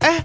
哎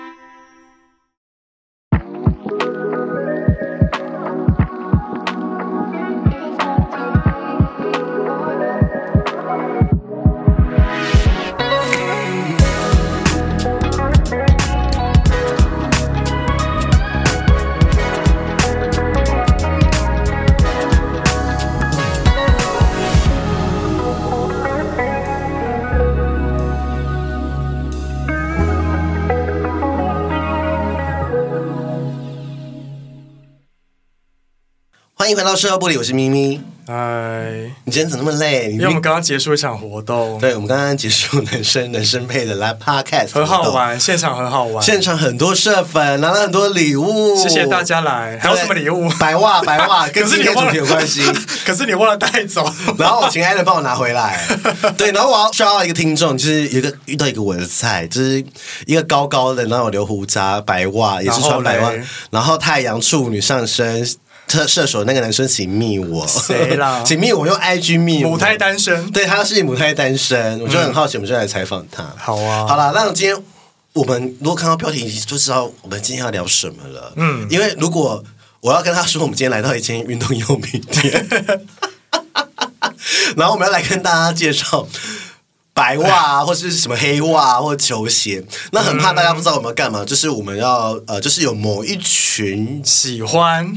欢迎回到社交玻璃，我是咪咪。哎，你今天怎么那么累？你因为我们刚刚结束一场活动，对，我们刚刚结束男生男生配的 Live Podcast，很好，玩，现场很好玩，现场很多社粉拿了很多礼物，谢谢大。家来，还有什么 礼物？白袜，白袜，跟 可是今你天主忘了题有关 系。可是你忘了带走，然后我请艾伦帮我拿回 来。对，然后我要刷到一个听众，就是有一个遇到一个我的菜，就是一个高高的，然后有留胡渣，白袜，也是穿白袜然后嘞，然后太阳处女上身。射射手那个男生，请密我，谁啦 请密我，用 IG 密我母胎单身， 对，他是母胎单身，我就很好奇，我们就来采访他。好啊好啦，那今天我们如果看到标题就知道我们今天要聊什么了。嗯，因为如果我要跟他说我们今天来到一间运动用品店， 然后我们要来跟大家介绍。白袜啊，或是什么黑袜、啊、或球鞋，那很怕大家不知道我们要干嘛。就是我们要呃，就是有某一群喜欢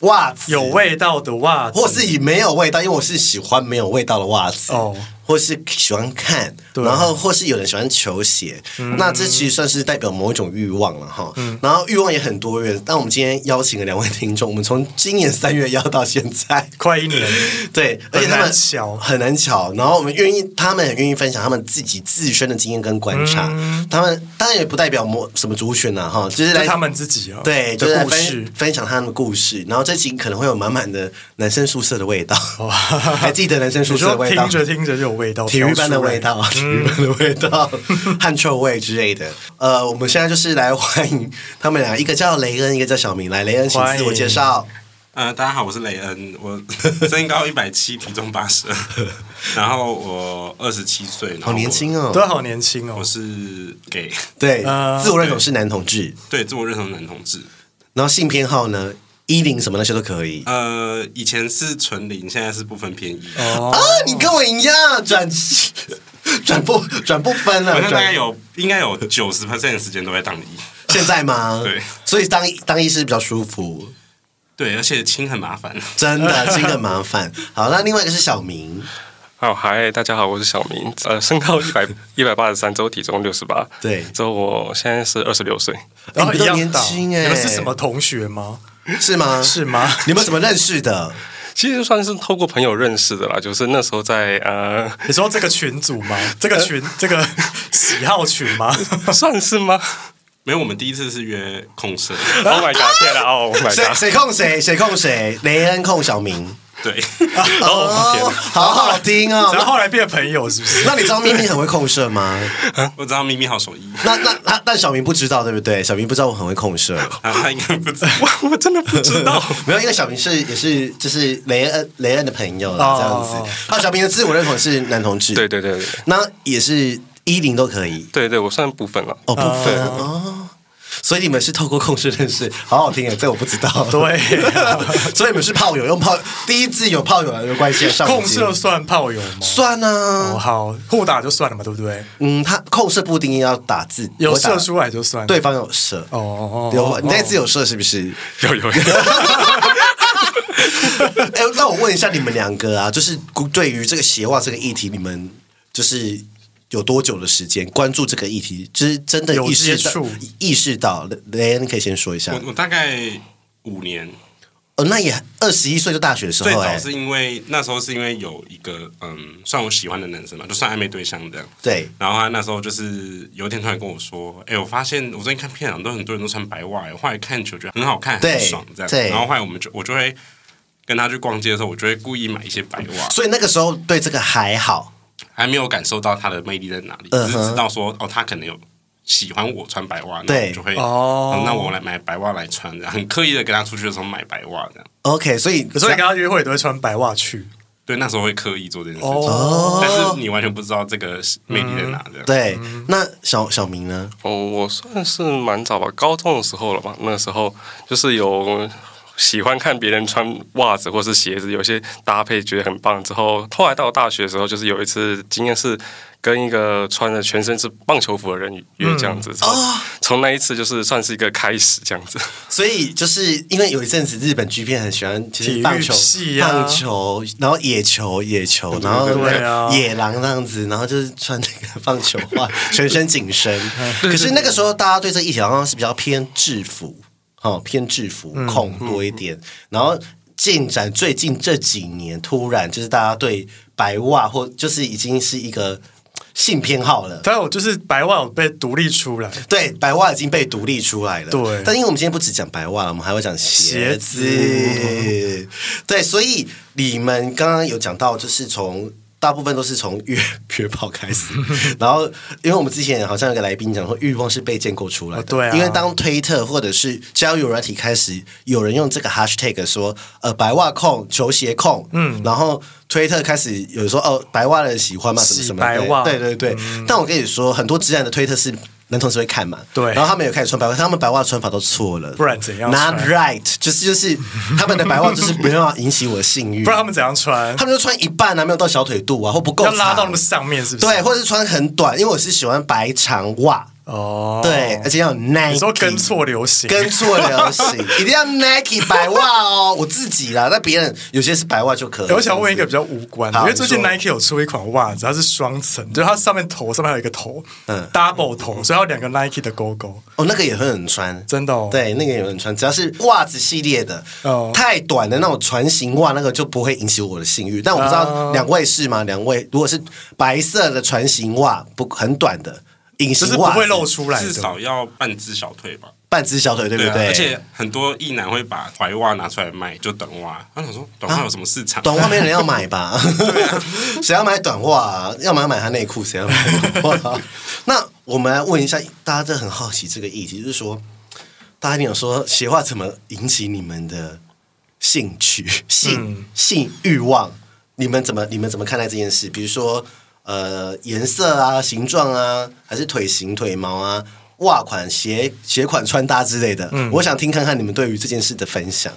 袜子有味道的袜子，或是以没有味道，因为我是喜欢没有味道的袜子，哦或是喜欢看，对嗯然后或是有人喜欢球鞋，那这其实算是代表某一种欲望了哈。然后欲望也很多元，但我们今天邀请了两位听众，我们从今年三月邀到现在。快一年，对，而且他很们难巧很难巧，然后我们愿意，他们很愿意分享他们自己自身的经验跟观察。他们当然也不代表某什么族群啊，哈，就是嗯 就来他们自己啊，对，就是的来故事分，分享他们的故事，然后这集可能会有满满的男生宿舍的味道， 还记得男生宿你舍的说味道听，着听着就有味道，体育班的飘出来味，道，体育班的味道， 汗臭味之类的。呃，我们现在就是来欢迎他们俩，一个叫雷恩，一个叫小明。来，雷恩，请欢自迎我介绍。呃，大家好，我是雷恩，我 身高一百七，体重八 十二，然后我二十七岁，然后好我年啊轻，哦，都好年轻哦我，是 gay，对呃，自我认同是男同志，对，自我认同男同志。然后性偏好呢，一零什么那些都可以。呃，以前是纯零，现在是不分偏一，哦啊，你跟我一样转 转不转不分好了，像大转概有应该有九十 percent 的时间都在当一， 现在吗？对，所以当当医师比较舒服，对，而且亲很麻烦。真的是一个麻 烦。好，那另外一个是小明，好，嗨，大家好，我是小明，呃，身 高一百一百八十三，之后体重六十八，对之后我现在是二十六岁，然后你一比较样年大轻哎你们是什么同学吗？是吗？是吗？你们怎么认识的？其实算是透过朋友认识的啦，就是那时候在呃， 你说这个群组吗？ 这个群，这个 喜好群吗？算是吗没有，我们第一次是约控社， ？Oh my god，天哪！Oh 哎 my 啊谁谁 god，控谁？谁控谁？雷恩控小明。 对，哦天哦，哪，好好听哦。 然后后来变朋友是 不是？那你知道咪咪很会控射吗？ 我知道咪咪好手艺，那那那但小明不知道，对不对？小明不知道我很会控射，啊，他应该不知道。 我真的不 知道，没有，因为小明是也是就是雷恩雷恩的朋友啦，这样哦子。那小明的自我认同是男同志，对，对对对那也是一零都可以。对对，我算部分了。哦，不分呃哦。所以你们是透过控制认识，好好听啊！这我不知道。 对 所以你们是炮友，用炮第一次有炮友的关系上控节目社算炮友吗？算哦，啊。好，互打就算了嘛，对不对？嗯，他控射不一定要打字，有我打射出来就算。对，方有射哦哦，有哦你那次有射是不 是？有有有， 哎，那我问一下你们两个啊，就是对于这个鞋袜这个议题，你们就是有多久的时间关注这个议题？就是真的有意识接到哎触意识到，雷雷恩你可以先说一下我我大概五年，哦，那也二十一岁就大学的时最候哎、早是因为那时候是因为有一个嗯，算我喜欢的男生嘛，就算暧昧对象这样。对，然后他那时候就是有一天突然跟我说：“哎、我发现我最近看片场都很多人都穿白袜，哎后来看久觉得很好看，对很爽这对样。”然后后来我们就我就会跟他去逛街的时候，我就会故意买一些白袜，所以那个时候对这个还好，还没有感受到他的魅力在哪里，嗯只哼是知道说哦，他可能有喜欢我穿白袜，那对我就会哦嗯那我来买白袜来穿，这样很刻意的跟他出去的时候买白袜这样。 OK，所以可是你跟他约会也都会穿白袜去对，那时候会刻意做这件事情，哦但是你完全不知道这个魅力在哪这嗯样。对，那小小明呢？哦，我算是蛮早吧，高中的时候了吧。那时候就是有喜欢看别人穿袜子或是鞋子，有些搭配觉得很棒。之后后来到大学的时候，就是有一次经验是跟一个穿着全身是棒球服的人约这样子。嗯从哦从那一次就是算是一个开始这样子。所以就是因为有一阵子日本 G 片很喜欢，其体实育棒球、系啊棒球，然后野球、野球，然后对啊野狼这样子，然后就是穿那个棒球 袜，全身紧身。可是那个时候大家对这议题好像是比较偏制服，哦，偏制服控多一嗯点，然后。进展最近这几年，突然就是大家对白袜或就是已经是一个性偏好了，但我就是白袜有被独立出来，对，白袜已经被独立出来了。对但因为我们今天不只讲白袜了，我们还会讲鞋子。对，所以你们刚刚有讲到，就是从。大部分都是从约约炮开 始，然后因为我们之前好像有个来宾讲说，欲望是被建构出来的，哦对啊因为当推特或者是交友软体开始有人用这个 hashtag 说，呃，白袜控、球鞋控，嗯，然后推特开始有说，哦，白袜的人喜欢嘛，什么什么的，洗白袜对对对对，嗯但我跟你说，很多直男的推特是男同事会看嘛，对然后他们有开始穿白袜，他们白袜穿法都错了，不然怎样穿？Not right，就是就是他们的白袜就是没办法引起我的性欲， 不然他们怎样穿？他们就穿一半啊，没有到小腿肚啊，或不够要长拉到那么上面是不是？对，或者是穿很短，因为我是喜欢白长袜，哦，对，而且要有 Nike，你说跟错流行，跟错流行，一定要 Nike 白袜哦，我自己啦，那别人有些是白袜就可以。欸我想问一个比较无关的，好因为最近你说 Nike 有出一款袜子，它是双层，就是它上面头上面还有一个头，嗯嗯，double 头，所以它有两个 Nike 的勾勾。哦，那个也会很穿，真的哦对，那个也会很穿，只要是袜子系列的，哦太短的那种船型袜，那个就不会引起我的性欲。但我不知道哦两位是吗？两位如果是白色的船型袜，不很短的隐就是形不袜子，会露出来至的，少要半只小腿吧，半只小腿，对不啊对？而且很多异男会把踝袜拿出来卖，就短袜。他想说短袜有什么市场？啊短袜没人要买吧？谁要买短袜啊？要买买他内裤，谁要买短袜啊、 那我们来问一下，大家真的很好奇这个议题，就是说，大家一定有说鞋袜怎么引起你们的兴趣、性、性欲望？你们怎么你们怎么看待这件事？比如说，呃，颜色啊、形状啊，还是腿型、腿毛啊、袜款、鞋鞋款、穿搭之类的。我想听看看你们对于这件事的分享。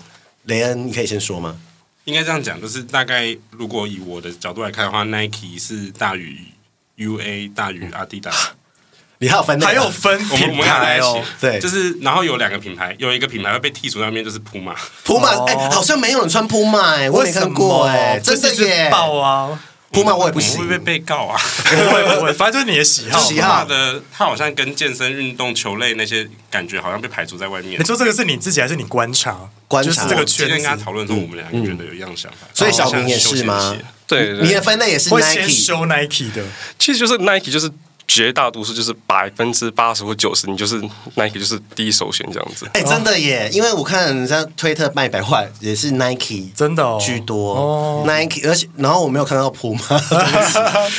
雷恩，你可以先说吗？ 应该这样讲，就是大概如果以我的角度来看的话，Nike 是大于 UA 大嗯于阿迪达斯。你还有分类啊、还有分我们 我品们看在牌一起哦。，对就是然后有两个品牌，有一个品牌会被剔除那边就是 Puma，普马，哦哎、好像没有人穿普马、哎，我也没看过、哎，为真什么的这是耶，爆啊！普马我也不我行们，会不会被告啊？不会不会，反正就是你的喜好。喜好 Puma 的它好像跟健身运动球类那些感觉好像被排除在外面你。说这个是你自自己还是你观察？观察就是这个今圈天跟他子讨论说，我们两个觉得有一样想法，所以小明也是吗？对对对你的分类也是会先 Nike，修 Nike 的，其实就是 Nike 就是。绝大多数就是百分之八十或九十，你就是 Nike 就是第一首选这样子。哎、真的耶，因为我看人家推特卖百块也是 Nike 真的哦居多、哦 n i k e 而且然后我没有看到普 马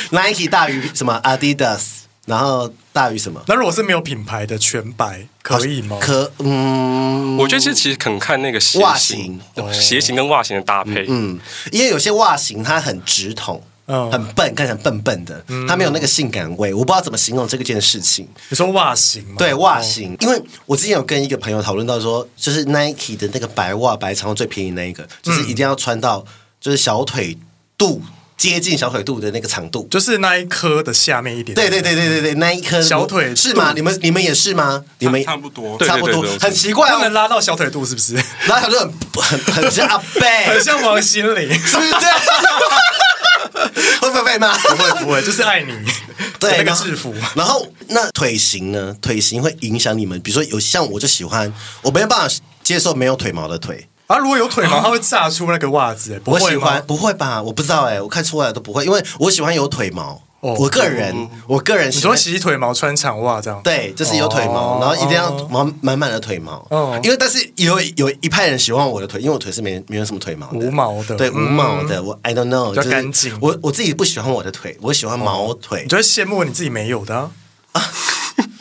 ，Nike 大于什么 Adidas，然后大于什么？那如果是没有品牌的全白可以吗？可嗯，我觉得这其实很看那个鞋袜型型、鞋型跟袜型的搭配。嗯，因为有些袜型它很直筒。嗯很笨，看起来笨笨的，它没有那个性感味，我不知道怎么形容这个件事情。你说袜型吗？对袜型，因为我之前有跟一个朋友讨论到说，就是 Nike 的那个白袜白长袜最便宜那一个，就是嗯一定要穿到就是小腿肚接近小腿肚的那个长度。就是那一颗的下面一点。对对对对对对，那一颗小腿肚是吗？你们你们也是吗？你们差不多对差不多对对对，很奇怪不哦能。拉到小腿肚，是不是？然后小腿肚很很很像阿贝，很像王心 凌。是不是这样？会不会被骂？不会不会，就是爱你。对， 那个然后制服。 然后那腿型呢？腿型会影响你们，比如说有像我就喜欢，我没有办法接受没有腿毛的腿。啊，如果有腿毛，它会炸出那个袜子、欸，不我会吗喜欢不会吧？我不知道哎、我看出来都不会，因为我喜欢有腿毛。哦我个人，我个人你喜说欢洗腿毛穿长袜这样？对，就是有腿毛，哦然后一定要满满满的腿毛。哦因为但是有有一派人喜欢我的腿，因为我腿是没没有什么腿毛的，无毛的对，无嗯毛的。我 I don't know，比就较是干净哦我我自己不喜欢我的腿，我喜欢毛腿你。就会羡慕你自己没有 的啊，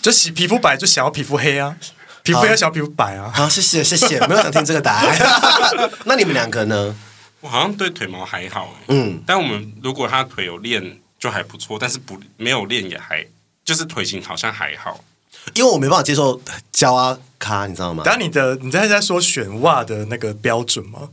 就洗皮肤白就想要皮肤黑啊，皮肤黑要想要皮肤白啊。好，谢谢谢谢， 没有想听这个答案。 那你们两个呢？我好像对腿毛还好、欸，嗯嗯，但我们如果他腿有练就还不错，但是不没有练也还，就是腿型好像还好。因为我没办法接受胶啊咖，你知道吗？然后你的你在在说选袜的那个标准吗？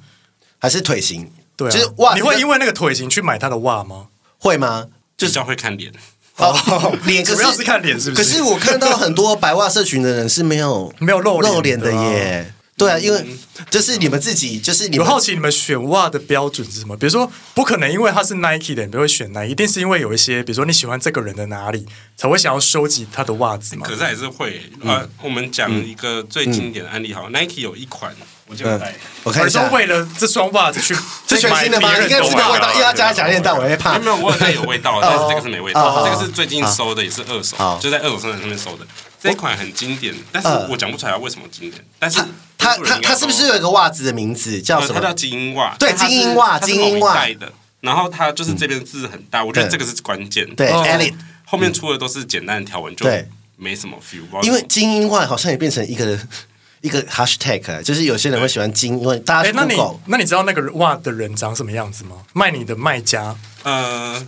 还是腿型？对啊，就是袜子你会因为那个腿型去买他的袜吗？会吗？就比较会看脸，哦，脸可主要是看脸是不是可是我看到很多白袜社群的人是没有 没有露脸的啊嗯露脸的耶。对啊，因为就是你们自己，就是你有们好奇你们选袜的标准是什么？比如说，不可能因为他是 Nike 的，你不会选 Nike，一定是因为有一些，比如说你喜欢这个人的哪里，才会想要收集他的袜子嘛可。是还是会、嗯呃，我们讲一个最经典的案例好了、n i k e 有一款，我就带。我看而一是下，为了这双袜子去是全新的吗买？别应人该不是袜啊味道，因为要加假链带，我会怕哎没。有，我有带有味道，但是这个是没味哦道，哦这个是最近收的，也是二手好，就在二手商场上面收的。这一款很经典，但是嗯我讲不出来为什么经典。但是他他他他是不是有一个袜子的名字叫呃什它叫么？精英袜？对但它是精英袜它是精英袜嗯某一代的。然后它就是这边字很大，我觉得对这个是关键。对就是 Elliot 后面出的都是简单的条文，就对没什么 feel 不知道为什么。因为精英袜好像也变成一个 一个 hashtag，就是啊有些人会喜欢精，因为大家哎，去那你 Google 那你知道那个袜的人长什么样子吗？卖你的卖家，呃，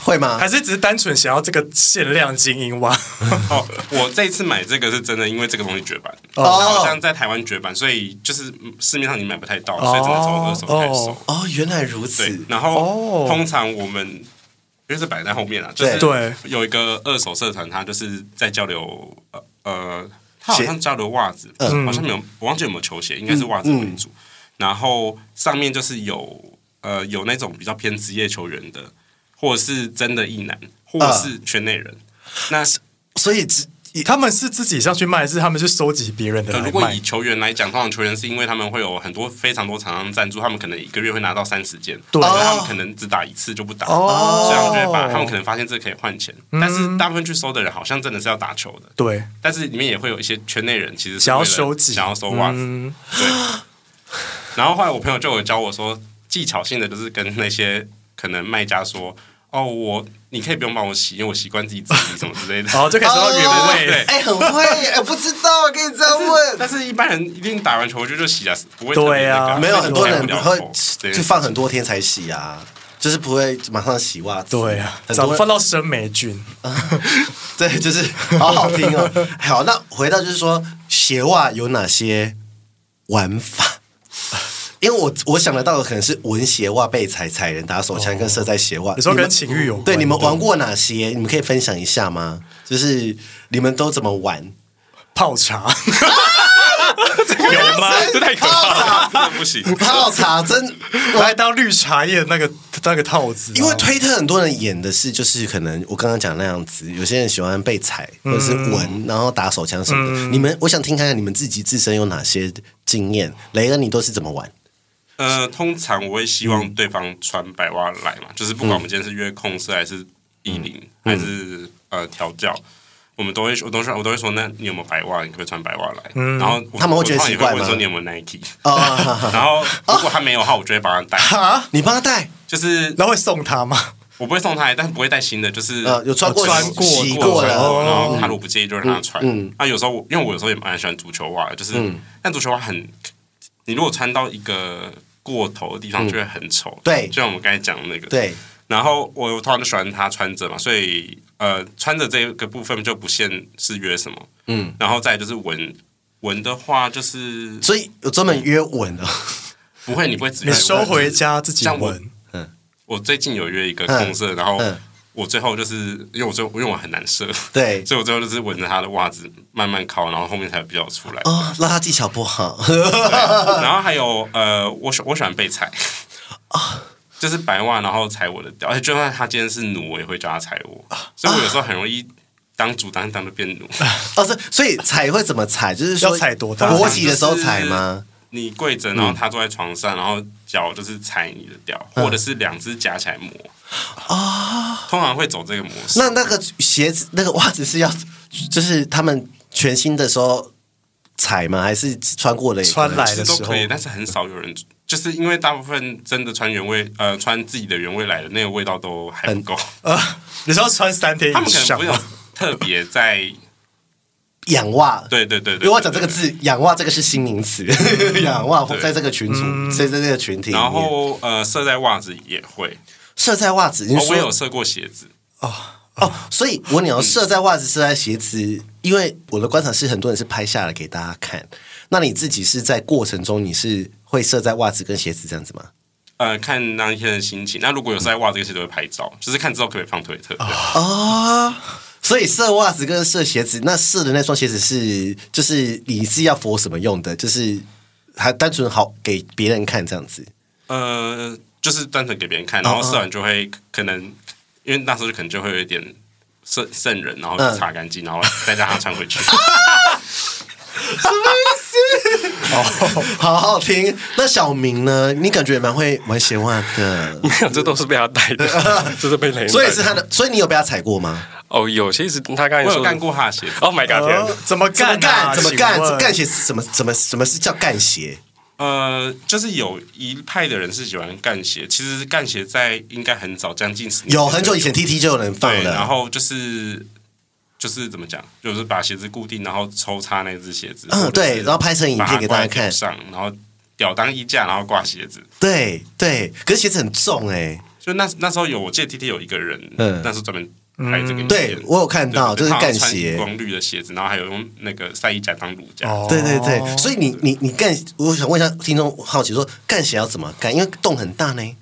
会吗还？是只是单纯想要这个限量精英 袜？哦，我这一次买这个是真的，因为这个东西绝版，它好哦像在台湾绝版，所以就是市面上你买不太到，哦所以只能从二手开始收哦。哦，原来如对此，。然后哦通常我们就是摆在后面啊，就对是对有一个二手社团，他就是在交流呃呃，他好鞋像交流袜子，嗯好像没有，我忘记有没有球鞋，应嗯该是袜子为主。然后上面就是有呃有那种比较偏职业球员的，或者是真的一男，或嗯者是圈内人。那所以只他们是自己上去卖，还是他们去收集别人的呃，来如果卖以？球员来讲，通常球员是因为他们会有很多非常多厂商赞助，他们可能一个月会拿到三十件，对可是哦他们可能只打一次就不打，哦所以他们就会把他们可能发现这可以换钱，但是大部分去收的人好像真的是要打球的，对，但是里面也会有一些圈内人其实是想要为了收集，想要收袜子，嗯对。然后后来我朋友就有教我说，技巧性的就是跟那些可能卖家说，哦，我你可以不用帮我洗，因为我习惯自己自己什么之类的。然哦后就可以收到原味。对哦哎，很会，哎，不知道，可以这样问。但是一般人一定打完球就就洗啊，不会对啊没有很多人会对就放很多天才洗啊，就是不会马上洗袜子。对啊，很早多放人到生霉菌， 对，就是好好听 哦。好，那回到就是说鞋袜有哪些玩法？ 因为我我想得到的可能是文鞋袜、被踩、踩人、打手枪跟射在鞋袜。你说跟们情欲有关对，你们玩过哪些？你们可以分享一下吗？就是你们都怎么玩？泡 茶，有吗？这太可怕了，真的不行。泡茶真来当绿茶叶那个那个套子啊，因为推特很多人演的是，就是可能我刚刚讲那样子，有些人喜欢被踩嗯或者是闻，然后打手枪什么的。你们，我想听看看你们自己自身有哪些经验。雷恩，你都是怎么玩？呃，通常我会希望对方穿白袜来嘛，就是不管我们今天是约控色还是衣领嗯还是呃调教。我们都会，我都说，我都会说，那你有没有白袜？你可不可以穿白袜来？然后我嗯他们会觉得我通常奇也怪吗问说你有没有 Nike？哦，哈哈 然后如果他没有的话，我就会帮 他带。啊，你帮他带，就是然后会送他吗？我不会送他来，但是不会带新的，就是呃，有穿过、穿过洗过过了。哦嗯然后他如果不介意，就让他穿。那有时候我因为我有时候也蛮喜欢足球袜的，就是、但足球袜很，你如果穿到一个过头的地方，就会很丑。嗯对就像我们刚才讲的那个。。对，然后我通常就喜欢他穿着嘛，所以呃，穿着这个部分就不限是约什么。嗯。然后再来就是闻闻的话，就是所以有专门约吻的。不会，你不会只 你收回家。家自己哎像我闻，我最近有约一个嗯控色，然后嗯我最后就是因为我最后因为我很难射。对， 所以我最后就是闻着他的袜子慢慢烤，然后后面才比较出来。哦，那他技巧不 好。对然后还有呃，我喜我喜欢被踩，哦 就是白袜然后踩我的脚，而且就算他今天是奴，我也会叫他踩我，哦所以我有啊时候很容易当主当一当就变奴。哦，所以所以踩会怎么踩？就是说要踩多大勃起的时候踩吗？嗯你跪着，然后他坐在床上，然后脚就是踩你的屌，或者是两只夹起来磨啊，通常会走这个模式。哦那那个鞋子、那个袜子是要，就是他们全新的时候踩吗？还是穿过的也可以？穿来的都时候可，以，但是很少有人，就是因为大部分真的穿原味，呃，穿自己的原味来的那个味道都还不够，呃，你说穿三天 他们以可能上不有吗， 特别 在，仰袜。对对对对，因为我讲这个字“仰袜”，这个是新名词，“仰袜”在这个群组，在在这个群体里对，对对然面，后呃，射在袜子也会，射在袜子，你哦，我说有射过鞋子，哦，所以我鸟射在袜子，射在鞋子，嗯因为我的观察是很多人是拍下来给大家看，那你自己是在过程中你是会射在袜子跟鞋子这样子吗？呃，看那一天的心情。那如果有晒袜子，这个鞋都会拍照，就是看之后可不可以放推特。对啊，所以射袜子跟射鞋子，那射的那双鞋子是就是你是要 for 什么用的？就是还单纯好给别人看这样子。呃，就是单纯给别人看，嗯然后射完就会可能，因为那时候就可能就会有一点渗渗人，然后嗯就擦干净，然后再让它穿 回去。哦好好听。那小明呢？你感觉也蛮会玩鞋袜的，没有， 这都是被他带 的，这是被雷。嗯所以是他的，所以你有被他踩过吗？哦，有些是他刚才我有说干。过他的鞋哦子， Oh my 嗯 god！天呃怎么怎么干啊？干？怎么请干？问干鞋是怎么怎么什么是叫干鞋？呃，就是有一派的人是喜欢干鞋，其实干鞋在应该很早，将近十年有很久以前 T T 就有人放对，然了。后就是就是怎么讲，就是把鞋子固定，然后抽插那只鞋子，嗯或者是对然后拍成影片把它给大家挂在看吊上，然后吊当衣架，然后挂鞋子。对对，可是鞋子很重哎、就那那时候有，我记得 T T 有一个人，嗯那时候专门拍这个影片，对我有看到，就对是他好干像穿鞋荧。光绿的鞋子，然后还有用那个晒衣夹当乳夹。哦对对对，所以你你你干，我想问一下听众好奇说，干鞋要怎么干？因为洞很大呢。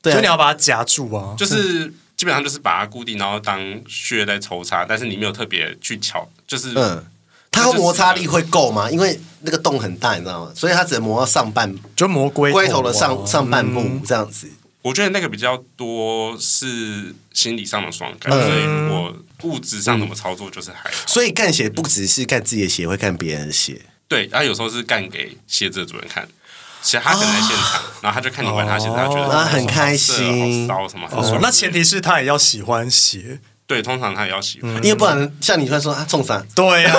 对所以你啊，要把它夹住啊，就是基本上就是把它固定，然后当穴在抽插，但是你没有特别去巧，就是嗯，它会摩擦力会够吗？因为那个洞很大，你知道吗？所以它只能磨到上半就魔龟龟头的啊上上半部这样子。我觉得那个比较多是心理上的爽感，嗯所以我物质上怎么操作就是还好。所以干鞋不只是干自己的鞋，会干别人的鞋。对，然后有时候是干给鞋子的主人看，其实他可能在现场，然后他就看你玩他鞋子，他觉得啊那很哦开好色心好骚什么好哦爽。那前提是他也要喜欢鞋，对，通常他也要喜欢。因为不然像你会说啊中伤，对呀，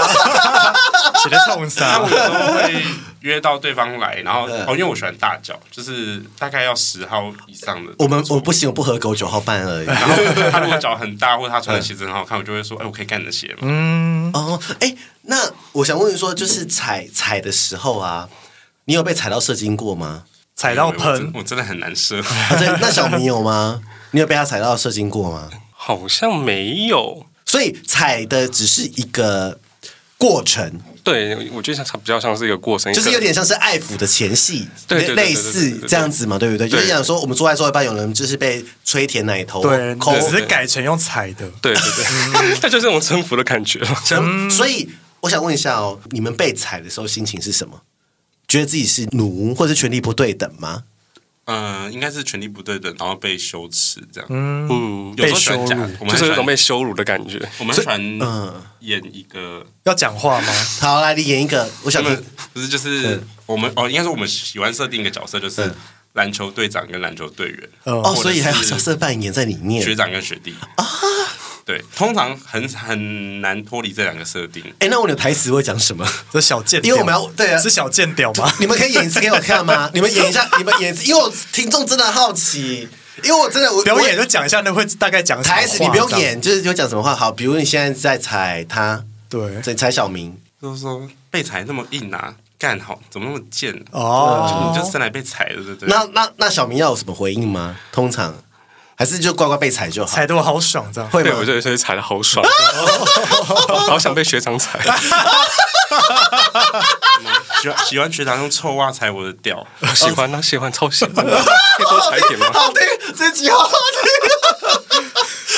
写的冲啥那 我？都会约到对方来，然后嗯哦，因为我喜欢大脚，就是大概要十号以上的。我们我不行，我不合狗九号半而已。 然后他如果脚很大，或者他穿的鞋子很好看，我就会说，哎，我可以干你的鞋吗？哦，哎，那我想问说，就是踩踩的时候啊，你有被踩到射精过吗？踩到哎我真喷，我真的很难射。 啊对，那小明有吗？你有被他踩到射精过吗？好像没有。所以踩的只是一个过程，对，我觉得它比较像是一个过程，就是有一个点像是爱抚的前戏，对对对对类似这样子嘛，对不对？就是想说我们做爱做一半，有人就是被吹舔奶头，对，抠只是改成用踩的， 对对 对，那就是那种征服的感觉了。嗯成。所以我想问一下哦，你们被踩的时候心情是什么？觉得自己是奴，或是权力不对等吗？嗯、应该是权力不对等，然后被羞耻这样。嗯，有时候喜欢被羞假辱，我们很就是喜有一种欢被羞辱的感觉。我们很喜欢嗯，演一个，要讲话吗？好，来你演一个，我想他听嗯们不是就是我们哦，应该说我们喜欢设定一个角色，嗯就是篮球队长跟篮球队员，哦，所以还有或者是角色扮演在里面学。长跟学弟啊。对，通常很很难脱离这两个设定。哎，那我的台词会讲什么？这小贱屌，因为我们要对啊是小贱屌吗？你们可以演一次给我看吗？ 你们演一下，你们演一次，因为我听众真的好奇，因为我真的我 表演我就讲一下，那会大概讲什么台词，你话不用这样演，就是有讲什么话。好，比如你现在在踩他，对在踩小明，就是说被踩那么硬啊，干好怎么那么贱、啊？哦，你就生来被踩的，对不对？那那那小明要有什么回应吗？通常还是就乖乖被踩就好，踩得我好爽这样。会对，吗我？觉得所以踩的 好爽，好想被学长踩。喜欢喜欢学长用臭袜踩我的屌，我 喜欢啊，喜欢，超喜欢的，可以多踩一点吗？ 好听，这集好好听。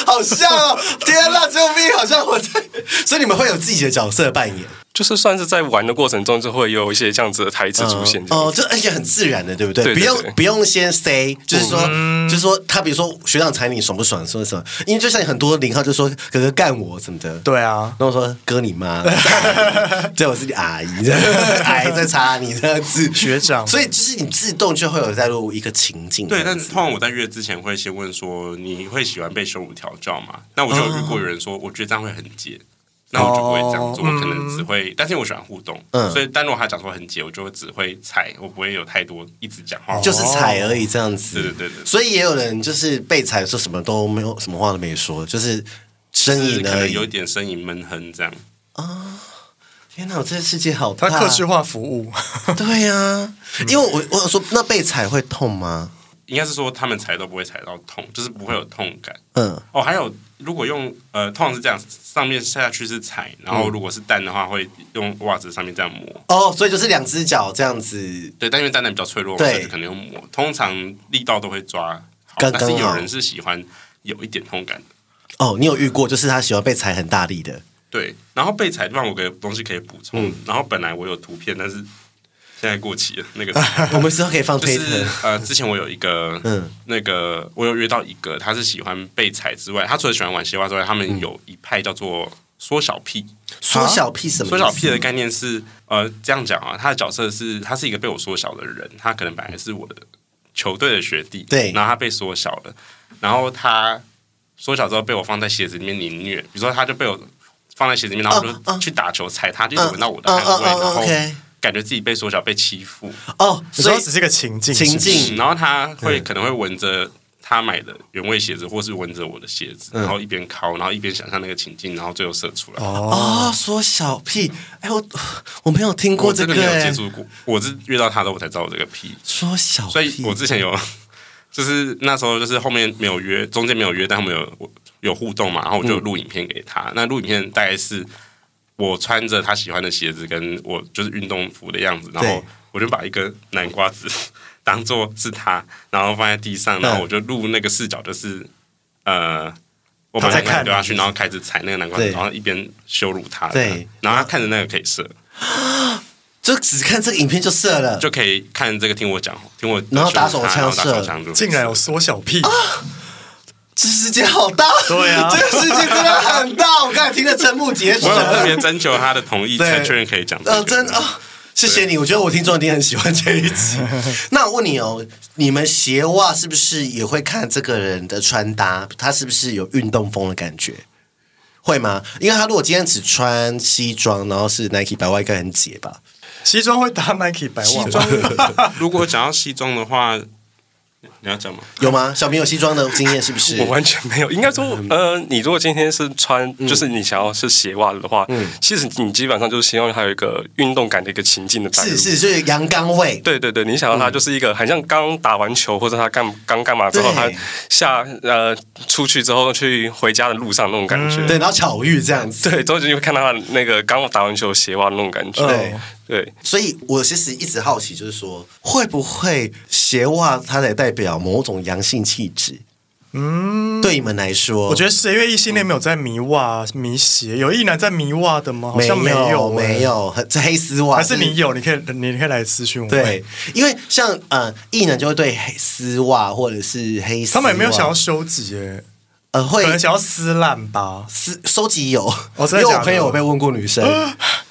好像哦，天哪！救命！好像我在，所以你们会有自己的角色扮演， 就是算是在玩的过程中，就会有一些这样子的台词嗯出现。这样哦，子这而且很自然的，对不对？对对不对用不用先 say，就是说，嗯就是说，他比如说学长踩你爽不爽，说什么？因为就像很多零号就说哥哥干我什么的，对啊，然后我说哥你 妈，对，我是你阿姨，这样阿姨在查你这样子，学长所以就是你自动就会有带入一个情境，对，这但样子通常我在约之前会先问说，你会喜欢被羞辱调教吗？那我就有遇过有人说，我觉得这样会很解，那我就不会这样做，哦我可能只会，但是我喜欢互动，嗯所以但如果他讲说很解，我就只会踩，我不会有太多一直讲话，就是踩而已，这样子，对对对对所以也有人就是被踩的时候什么都没有，什么话都没说，就是呻是吟可而能有已。点呻吟闷哼这样。天哪，这个世界好他大！啊客制化服务，对呀、因为我我想说，那被踩会痛吗？应该是说他们踩都不会踩到痛，就是不会有痛感。嗯，哦，还有如果用呃，通常是这样，上面下去是踩，然嗯后如果是蛋的话，会用袜子上面这样磨。哦，所以就是两只脚这样子，对，但因为蛋蛋比较脆弱，对所以就可能用磨。通常力道都会抓好，刚刚但是有好人是喜欢有一点痛感的。哦，你有遇过就是他喜欢被踩很大 力的，对，然后被踩地方我有个东西可以补充，嗯然后本来我有图片，但是现在过期了 那个图片。我们之后可以放就推是特。呃，之前我有一个，嗯嗯， 那个我有约到一个，他是喜欢被踩之外，他除了喜欢玩鞋袜之外，他嗯们有一派叫做缩小屁。缩小屁什么？缩小屁的，概念是，呃，这样讲啊，他的角色是他是一个被我缩小的人，他可能本来是我的球队的学弟，对然后他被缩小了，然后他缩小之后被我放在鞋子里面凌虐，比如说他就被我放在鞋子里面，然后嗯我就去打球踩他，就一直闻到我的嗯汗嗯嗯嗯味，然后 OK 感觉自己被缩小被欺负，哦，你 所说以只是个情境，情是不是境嗯然后他会可能会闻着他买的原味鞋子，或是闻着我的鞋子，嗯然后一边敲，然后一边想象那个情境，然后最后射出来。哦，缩小屁，哎，我我没有听过我这真的个没有接哎，触过，我是遇到他的我才知道我这个癖，缩小屁，所以我之前有，就是那时候就是后面没有约，中间没有约，但他们有有互动嘛，然后我就嗯录影片给他。那录影片大概是我穿着他喜欢的鞋子，跟我就是运动服的样子，然对后我就把一个南瓜子 当做是他，然后放在地上，嗯然后我就录那个视角，就是呃。我把他在南瓜看子丢你下啊去，然后开始踩那个南瓜子，对然后一边羞辱他，对然后他看着那个可以射，就只看这个影片就射了，就可以看这个听我讲，听我然后打手羞枪辱他然后打手射枪就可以竟然射有缩小屁，啊这世界好 大，对啊这个世界真的很大。我刚才听了瞠目结舌我，有 特别征求他的同意，对才确认可以讲这个。呃，真的、哦，谢谢你，我觉得我听众一定很喜欢这一集。那我问你哦，你们鞋袜是不是也会看这个人的穿搭，他是不是有运动风的感觉？会吗？因为他如果今天只穿西装，然后是 Nike 白袜，应该很解吧？西装会搭 Nike 白袜吗？ 如果讲到西装的话，你要讲吗？有吗？小明有西装的经验是不是？ 我完全没有，应该说，呃，你如果今天是穿，就是你想要是鞋袜的话，其实你基本上就是希望它有一个运动感的一个情境的带入是是，就是阳刚味。对对对，你想要他就是一个很像刚打完球或者他干刚干嘛之后，他嗯对下呃出去之后去回家的路上那种感觉。对，然后巧遇这样子。对，之后就会看到他那个刚打完球鞋袜那种感觉。对对，所以我其实一直好奇，就是说会不会鞋袜它得代表某种阳性气质？嗯，对你们来说， 我觉得是因为异性恋没有在迷袜、迷鞋，有异男在迷袜的吗？好没像没有欸没，有，很这黑丝袜还是你？有？你可以你可以来私讯我。对，，因为像呃，艺人就会对黑丝袜或者是黑丝袜，他们也没有想要收集耶，呃会可能想要撕烂吧。私收集有，哦因真为的我假的朋友有被问过女 生，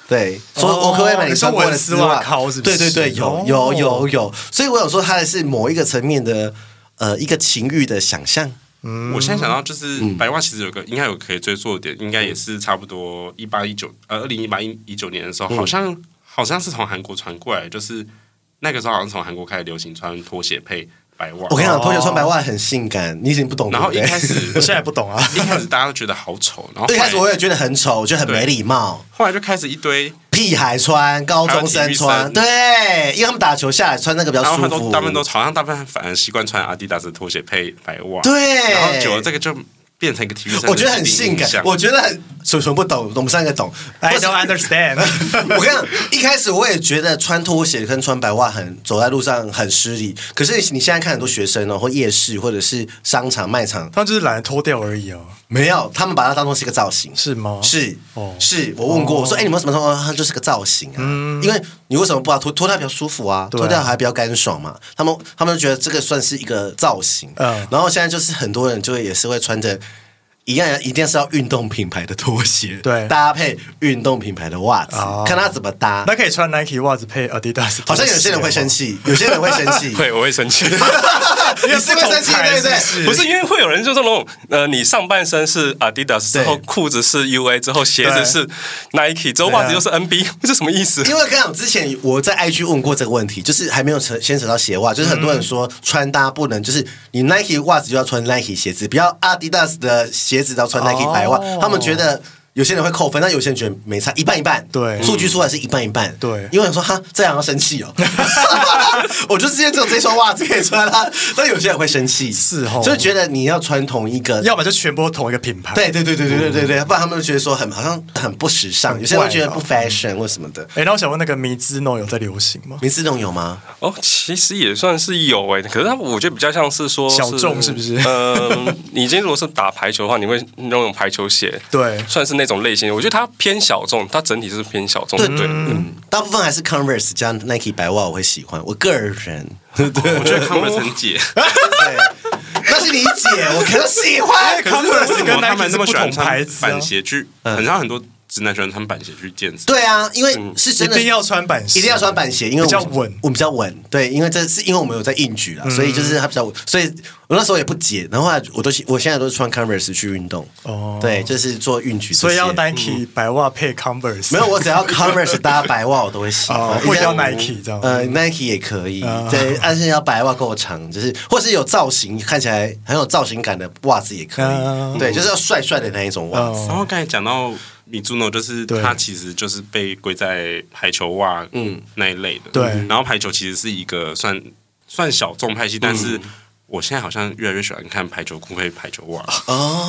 对，说哦我可不可以买你你说穿过的我的丝袜袜靠是不是对对对，有哦有有有，所以我有说他的是某一个层面的呃一个情欲的想象，嗯我现在想到就是嗯白袜，其实有个应该有可以追溯的点，应该也是差不多一八一九呃二零一八一一九年的时嗯候，好像好像是从韩国传过来，就是那个时候好像从韩国开始流行穿拖鞋配白袜。我跟你讲，哦同学穿白袜很性感，你已经不懂，然后对一不对开 始我现在也不懂啊。一开始大家都觉得好丑，然后后一开始我来也觉得很丑，我觉得很没礼貌，后来就开始一堆，屁孩穿，高中还有生体育穿，生对，因为他们打球下来穿那个比较然后舒他服，都他们都好像大部分反而习惯穿阿迪达斯拖鞋配白袜，对然后久了这个就变成一个体育生的我觉得很性既定印感象，哎我觉得很纯纯不懂，我们三个懂。 I 或是 don't understand 我跟你讲，一开始我也觉得穿拖鞋跟穿白袜很走在路上很失礼。可是你现在看很多学生哦，或夜市或者是商场卖场，他们就是懒得脱掉而已哦，没有，他们把它当做是一个造型，是吗？是哦嗯是。我问过，我说：“哎、你们为什么说哦它就是个造型啊？因为你为什么不把它脱脱掉比较舒服啊？对啊脱掉还比较干爽嘛。”他们他们就觉得这个算是一个造型。嗯然后现在就是很多人就会也是会穿着。一样一定是要运动品牌的拖鞋，对搭配运动品牌的袜子，哦看他怎么搭。那可以穿 Nike 袜子配 Adidas，好像有些人会生，气，有些人会生 气，会，我会生气。 你是会生气对不对？不是因为会有人就是那种呃，你上半身是 Adidas 之后，对裤子是 UA 之后，鞋子是 Nike 之对后，啊袜子又是 NB，这 什么意思？ 因为刚刚之前我在 IG 问过这个问题，就是还没有扯牵扯到鞋袜，就是很多人说穿搭不能，就是你 Nike 袜子就要穿 Nike 鞋子，不要 Adidas 的鞋子都要穿哦 Nike 白袜，他们觉得。有些人会扣分，但有些人觉得没差，一半一半。对数据出来是一半一半。对因为我说哈，这样要生气 哦。我就之前只有这双袜子可以穿它，但有些人会生气，是哦就觉得你要穿同一个，要么就全部都同一个品牌。对对对对对对对对，不然他们就觉得说很好像很不时尚，很有些人会觉得怪不哦 fashion 或什么的。哎，那我想问，那个 Mizuno 有在流行吗？明思动有吗？哦，其实也算是有诶，可是它我觉得比较像是说小众是不是呃，你今天如果是打排球的话，你会那种排球鞋，对算是那种类型。我觉得它偏小众，它整体是偏小众。对对，嗯，大部分还是 Converse 加 Nike 白袜，我会喜欢。我个人，我 觉得 Converse 很解，嗯对，那是你 姐，我可喜欢。可是为什 Converse 跟么他们 Nike 那是不么喜同欢穿牌子啊板鞋去？很像很多直男喜欢穿板鞋去健身。对啊，因为是嗯一真的，定要穿板鞋，一定要穿板鞋，因为我比较稳嗯我比较稳。对，因为这是因为我们有在硬举啦，所以就是它比较稳。所以我那时候也不解，然后后来我都我现在都是穿 Converse 去运动。哦对，就是做运举这些，所以要 Nike 白袜配 Converse， 没有，我只要 Converse 搭白袜，我都会喜哦欢。不一定要因为 Nike 这样呃，Nike 也可以啊，对，但是要白袜够长，就是或是有造型，看起来很有造型感的袜子也可啊以。对，就是要帅帅的那一种袜子。然哦，后刚才讲到米朱诺，就是对它其实就是被归在排球袜嗯那一类的。对然后排球其实是一个算算小众派系，但是我现在好像越来越喜欢看排球裤配排球袜，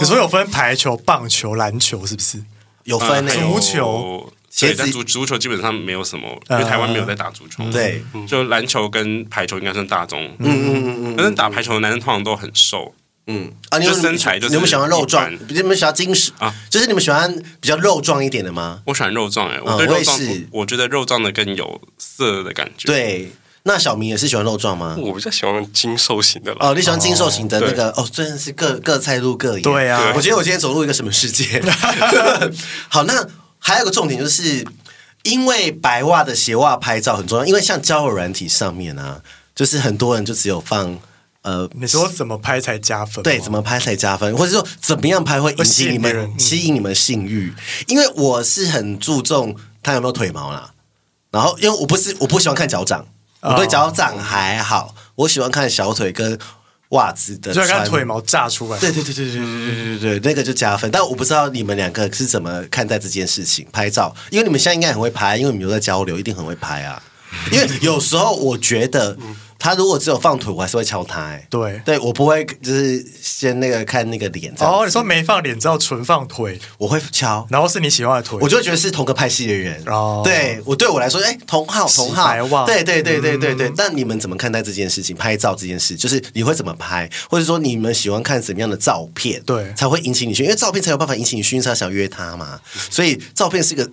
你说有分排球、棒球、篮球是不是？有啊分类，嗯足球鞋子对，嗯但足足球基本上没有什么，因啊为台湾没有在打足球。对，就篮球跟排球应该算大众，嗯嗯嗯嗯嗯但是打排球的男生通常都很瘦，嗯啊，你有就身材就是你们喜欢肉壮一，般你们喜欢精实啊，就是你们喜欢比较肉壮一点的吗？我喜欢肉壮哎、欸，嗯我对肉壮我也是，我我觉得肉壮的更有色的感觉。，对，那小明也是喜欢肉壮吗？ 我比较喜欢精瘦型的啦。哦，你喜欢精瘦型的那个哦，真的是各各菜入各眼。对啊我觉得我今天走入一个什么世 界？好，那还有个重点就是，因为白袜的鞋袜拍照很重要，因为像交友软体上面啊，就是很多人就只有放呃。你说怎么拍才加分吗？对，怎么拍才加分，或者说怎么样拍会引起你会吸引别人们嗯吸引你们性欲？因为我是很注重他有没有腿毛啦，然后因为我不是我不喜欢看脚掌，我对哦脚掌还好，我喜欢看小腿跟袜子的就要看穿腿毛炸出来？对对对对对对对对对，那个就加分。但我不知道你们两个是怎么看待这件事情，拍照，因为你们现在应该很会拍，因为你们有在交流，一定很会拍啊。因为有时候我觉得他如果只有放腿，我还是会敲他、欸。对对我不会就是先那个看那个脸。哦，哦，你说没放脸，只要纯放腿，我会敲。然后是你喜欢的腿，我就会觉得是同个派系的人，哦对我对我来说，哎、同号同洗白嗯袜号，对对对对对对。那、你们怎么看待这件事情？拍照这件事，就是你会怎么拍，或者说你们喜欢看什么样的照片，对才会引起你去，因为照片才有办法引起你去，才想约他嘛。所以照片是一个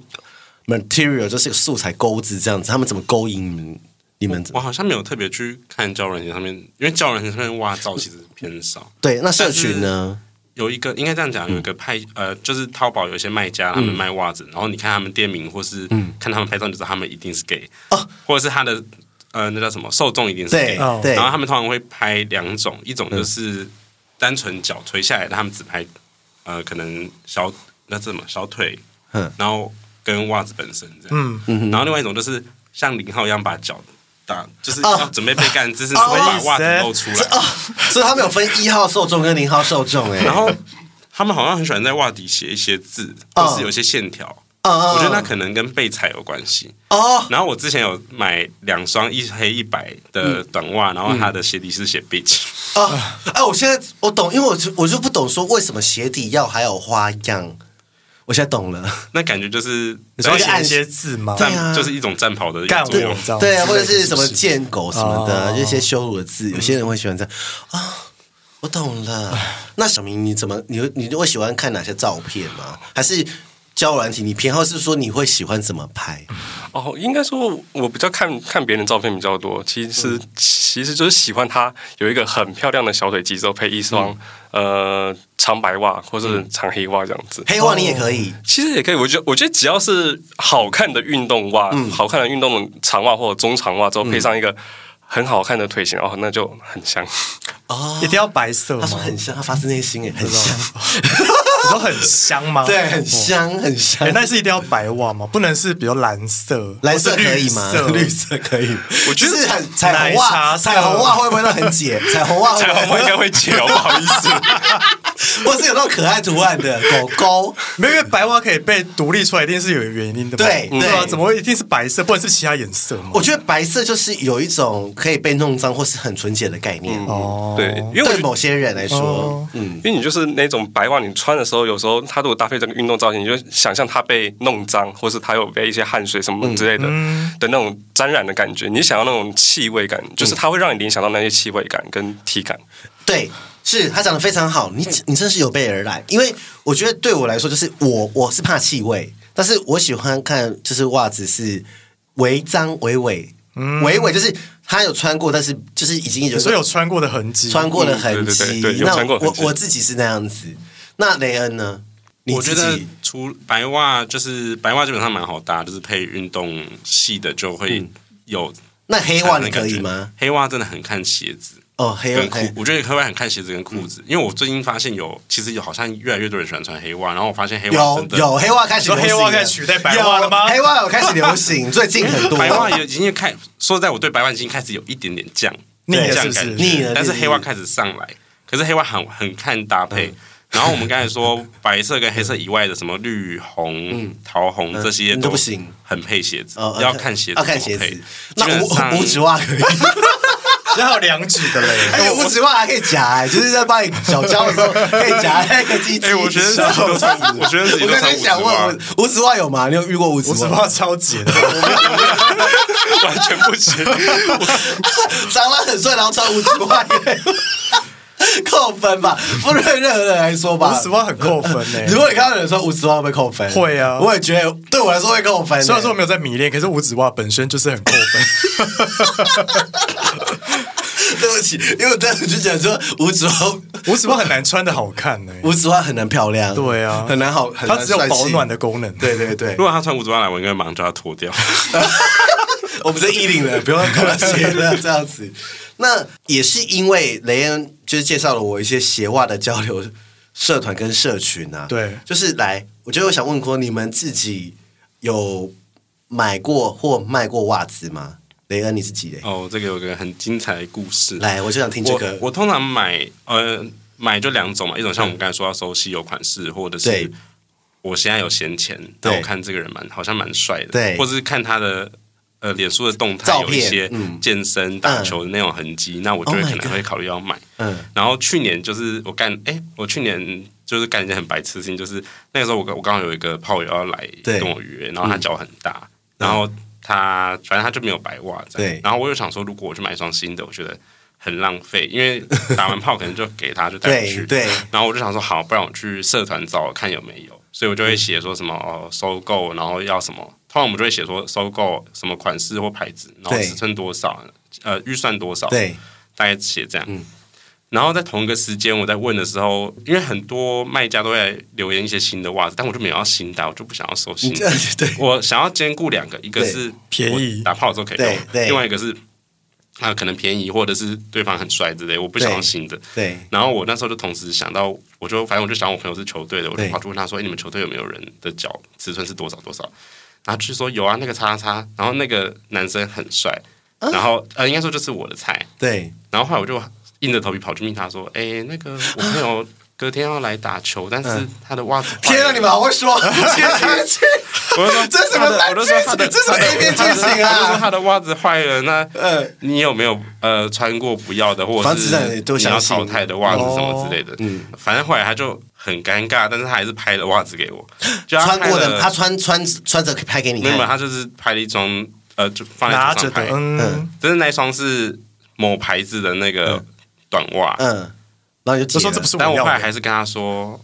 material，就是一个素材钩子这样子，他们怎么勾引你们？你们我好像没有特别去看交友软件上面，因为交友软件上面挖照其实偏少。对那社群呢？有一个应该这样讲，有一个派、呃，就是淘宝有一些卖家他们卖袜子，然后你看他们店名或是看他们拍照，你就知道他们一定是 gay，、哦或者是他的呃那叫什么受众一定是对 gay，哦对然后他们通常会拍两种，一种就是单纯脚推下来，他们只拍呃可能小那是什么小腿，嗯然后跟袜子本身这样，然后另外一种就是像林浩一样把脚打，就是哦要准备被干，就是会把袜子露出来，所以他们有分一号受众跟零号受众、哎，然后他们好像很喜欢在袜底写一些字，嗯或是有一些线条。嗯，嗯我觉得那嗯可能跟被踩有关系。哦，然后我之前有买两双一黑一白的短袜，然后它的鞋底是写 bitch，啊啊！哎，我现在我懂，因为我就我就不懂说为什么鞋底要还有花样。我现在懂了。 那感觉就是你说一个写暗一些字吗？对战、啊就是一种战袍的一干种作我用。知道，对啊，之类或者是的什么事贱狗什么的，哦这些羞辱的字，有些人会喜欢这样啊。我懂了。那小明，你怎么你会你会喜欢看哪些照片吗？还是交友软体？你偏好是说你会喜欢怎么拍？哦，应该说，我比较看看别人照片比较多。其实，其实就是喜欢她有一个很漂亮的小腿肌之后，配一双、呃长白袜或是长黑袜这样子。黑化你也可哦以，其实也可以，我觉得我觉得只要是好看的运动袜，好看的运动长袜或者中长袜之后，配上一个很好看的腿型，哦，那就很香。一定要白色吗？他说很香，他发自内心哎，很香，你说很香吗？对，很香很哎、香。但是一定要白袜吗？不能是比如蓝色，蓝色或是可以绿吗？色，绿色可以，我觉得是很彩虹奶袜，茶色彩虹袜会不会让很解？ 彩虹袜会彩不虹我应该会解哦，不好意思。会，或是有那种可爱图案的狗狗？没有，因为白袜可以被独立出来，一定是有原因的嘛。对对啊，对怎么会一定是白色，不能是其他颜色吗？我觉得白色就是有一种可以被弄脏或是很纯洁的概念，哦嗯对，因为我对觉得某些人来说，哦嗯，因为你就是那种白袜，你穿的时候，有时候它如果搭配这个运动造型，你就想象它被弄脏，或是它有被一些汗水什么之类的、嗯的那种沾染的感觉。你想要那种气味感，就是它会让你联想到那些气味感跟体感。对，是他讲的非常好，你你真是有备而来，因为我觉得对我来说，就是我我是怕气味，但是我喜欢看就是袜子是微脏微尾，微尾就是他有穿过，但是嗯就是已经有一个所以有穿过的痕迹，穿过的痕迹。嗯对对对对有那穿过的我痕迹我自己是那样子，那雷恩呢？你我自觉己得除白袜就是白袜基本上蛮好搭，就是配运动系的就会嗯有那黑袜你感可觉以吗？？黑袜真的很看鞋子。哦，黑嗯袜跟可以裤，。我觉得黑袜很看鞋子跟裤子，因为我最近发现有，其实有好像越来越多人喜欢穿黑袜，然后我发现黑袜有真的有黑袜开始说流黑行了，袜开始取代白袜了吗有黑袜有开始流行， 最近很多白袜也已经开，说实在我对白袜已经开始有一点点降，腻了这样是不是感觉腻了但腻是了嗯黑袜开始上来，可是黑袜很很看搭配。然后我们刚才说白色跟黑色以外的什么绿红、桃红这些嗯嗯都不行，很配鞋子哦，要看鞋子要怎看么配，鞋子。基那本上五五指 袜可以，哎然后有两指 的嘞。而且五指袜还可以夹，哎就是在帮你脚胶的时候可以夹那个鸡鸡。哎我觉得自己笑都死我觉得自己我都刚刚穿五指想袜问五五指袜有吗？你有遇过五指我只袜？怕超解的，完全不行。 长得很帅，然后穿五指袜， 扣分吧？不对任何人来说吧，五指袜很扣分呢 如果你看到有人说五指袜会不会扣分？会啊我也觉得对我来说会扣分欸。虽然说我没有在迷恋，可是五指袜本身就是很扣分。 对不起，因为我当时就讲说五指袜，五指袜很难穿的好看呢、五指袜很难漂亮，对啊，很难好，很难它只有帅气保暖的。功能。对对对如，果他穿五指袜来，我应该马上叫他脱掉。 我们是衣领人，不要搞鞋了这样子。那也是因为雷恩就是介绍了我一些鞋袜的交流社团跟社群啊，对就是来，我就想问过你们自己有买过或卖过袜子吗？雷恩你自己嘞？哦，这个有个很精彩的故事。来，我就想听这个我我通常买呃买就两种嘛，一种像我们刚才说要收稀有款式，或者对是我现在有闲钱，但对我看这个人蛮好像蛮帅的，对或者是看他的。呃，脸书的动态照有一片些嗯健身、打球的那种痕迹，那我就会 Oh my 可能会考虑要买。嗯然后去年就是我干，哎、我去年就是干一件很白痴的事情，就是那个时候我刚我刚好有一个炮友要来对嗯跟我约，然后他脚很大，然后他反正他就没有白袜这样对然后我又想说，如果我去买一双新的，我觉得很浪费，因为打完炮可能就给他就带回对 去，对，然后我就想说，好，不然我去社团找看有没有。所以我就会写说什么、哦、收购，然后要什么。通常我们就会写说收购什么款式或牌子，然后对尺寸多少，呃，预算多少，对嗯大概写这样。然后在同一个时间，我在问的时候，因为很多卖家都在留言一些新的袜子，但我就没有要新的，我就不想要收新你这 的。对我想要兼顾两个，一个对是便宜我打炮的时候可以对对用，另外一个是啊、可能便宜或者是对方很帅之类，我不想要对新的。对然后我那时候就同时想到，我就反正我就想我朋友是球队的，我就对跑去问他说：“哎、你们球队有没有人的脚尺寸是多少多少？”然后就说有啊，那个叉叉叉，然后那个男生很帅，嗯然后呃，应该说就是我的菜。对，然后后来我就硬着头皮跑去问他说：“哎、那个我朋嗯友隔天要来打球，但是他的袜子坏 啊天了啊，你们好会说，切切切！我就说啊这是什么他的我就说他的，这是什么 A 片剧情啊我就说他的袜子坏了，那嗯你有没有呃穿过不要的，或反正者是自然也都你要相信哦淘汰的袜子什么之类的？嗯，反正后来他就很尴尬，但是他还是拍了袜子给我，就他穿过拍的，了他穿穿穿着拍给你没有，没有看，他就是拍了一双呃，就放在拿桌着上的拍，，嗯，但是那一双是某牌子的那个短袜，嗯，然后你就就解说了这不是我但我要后来的，还是跟他说。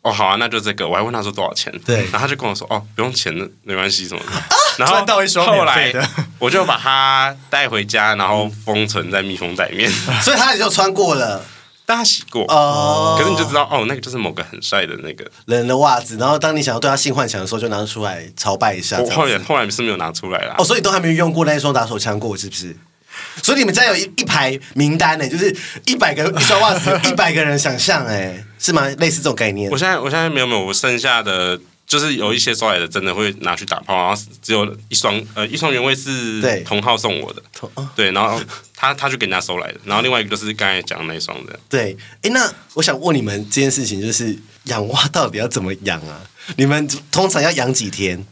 哦，好啊，那就这个。我还问他说多少钱，对然后他就跟我说，哦，不用钱的，没关系什么的。然后啊赚到一双后免来费的，我就把它带回家，然后封存在密封袋 里面。 所以他也就穿过了但他洗过，哦。可是你就知道，哦，那个就是某个很帅的那个。人的袜子，然后当你想要对他性幻想的时候，就拿出来朝拜一下。我这样后来后来是没有拿出来啦。哦，所以你都还没有用过那一双打手枪过，是不是？所以你们家有一一排名单呢，就是一百个一双袜 子，一百个人想象，哎，是吗？类似这种概念我。现在我现在没有没有，我剩下的就是有一些收来的，真的会拿去打炮，然后只有一双呃一双原味是对同号送我的，同哦对，然后他他去给人家收来的，然后另外一个就是刚才讲的那一双的，对，哎，那我想问你们这件事情，就是养蛙到底要怎么养啊？你们通常要养几天？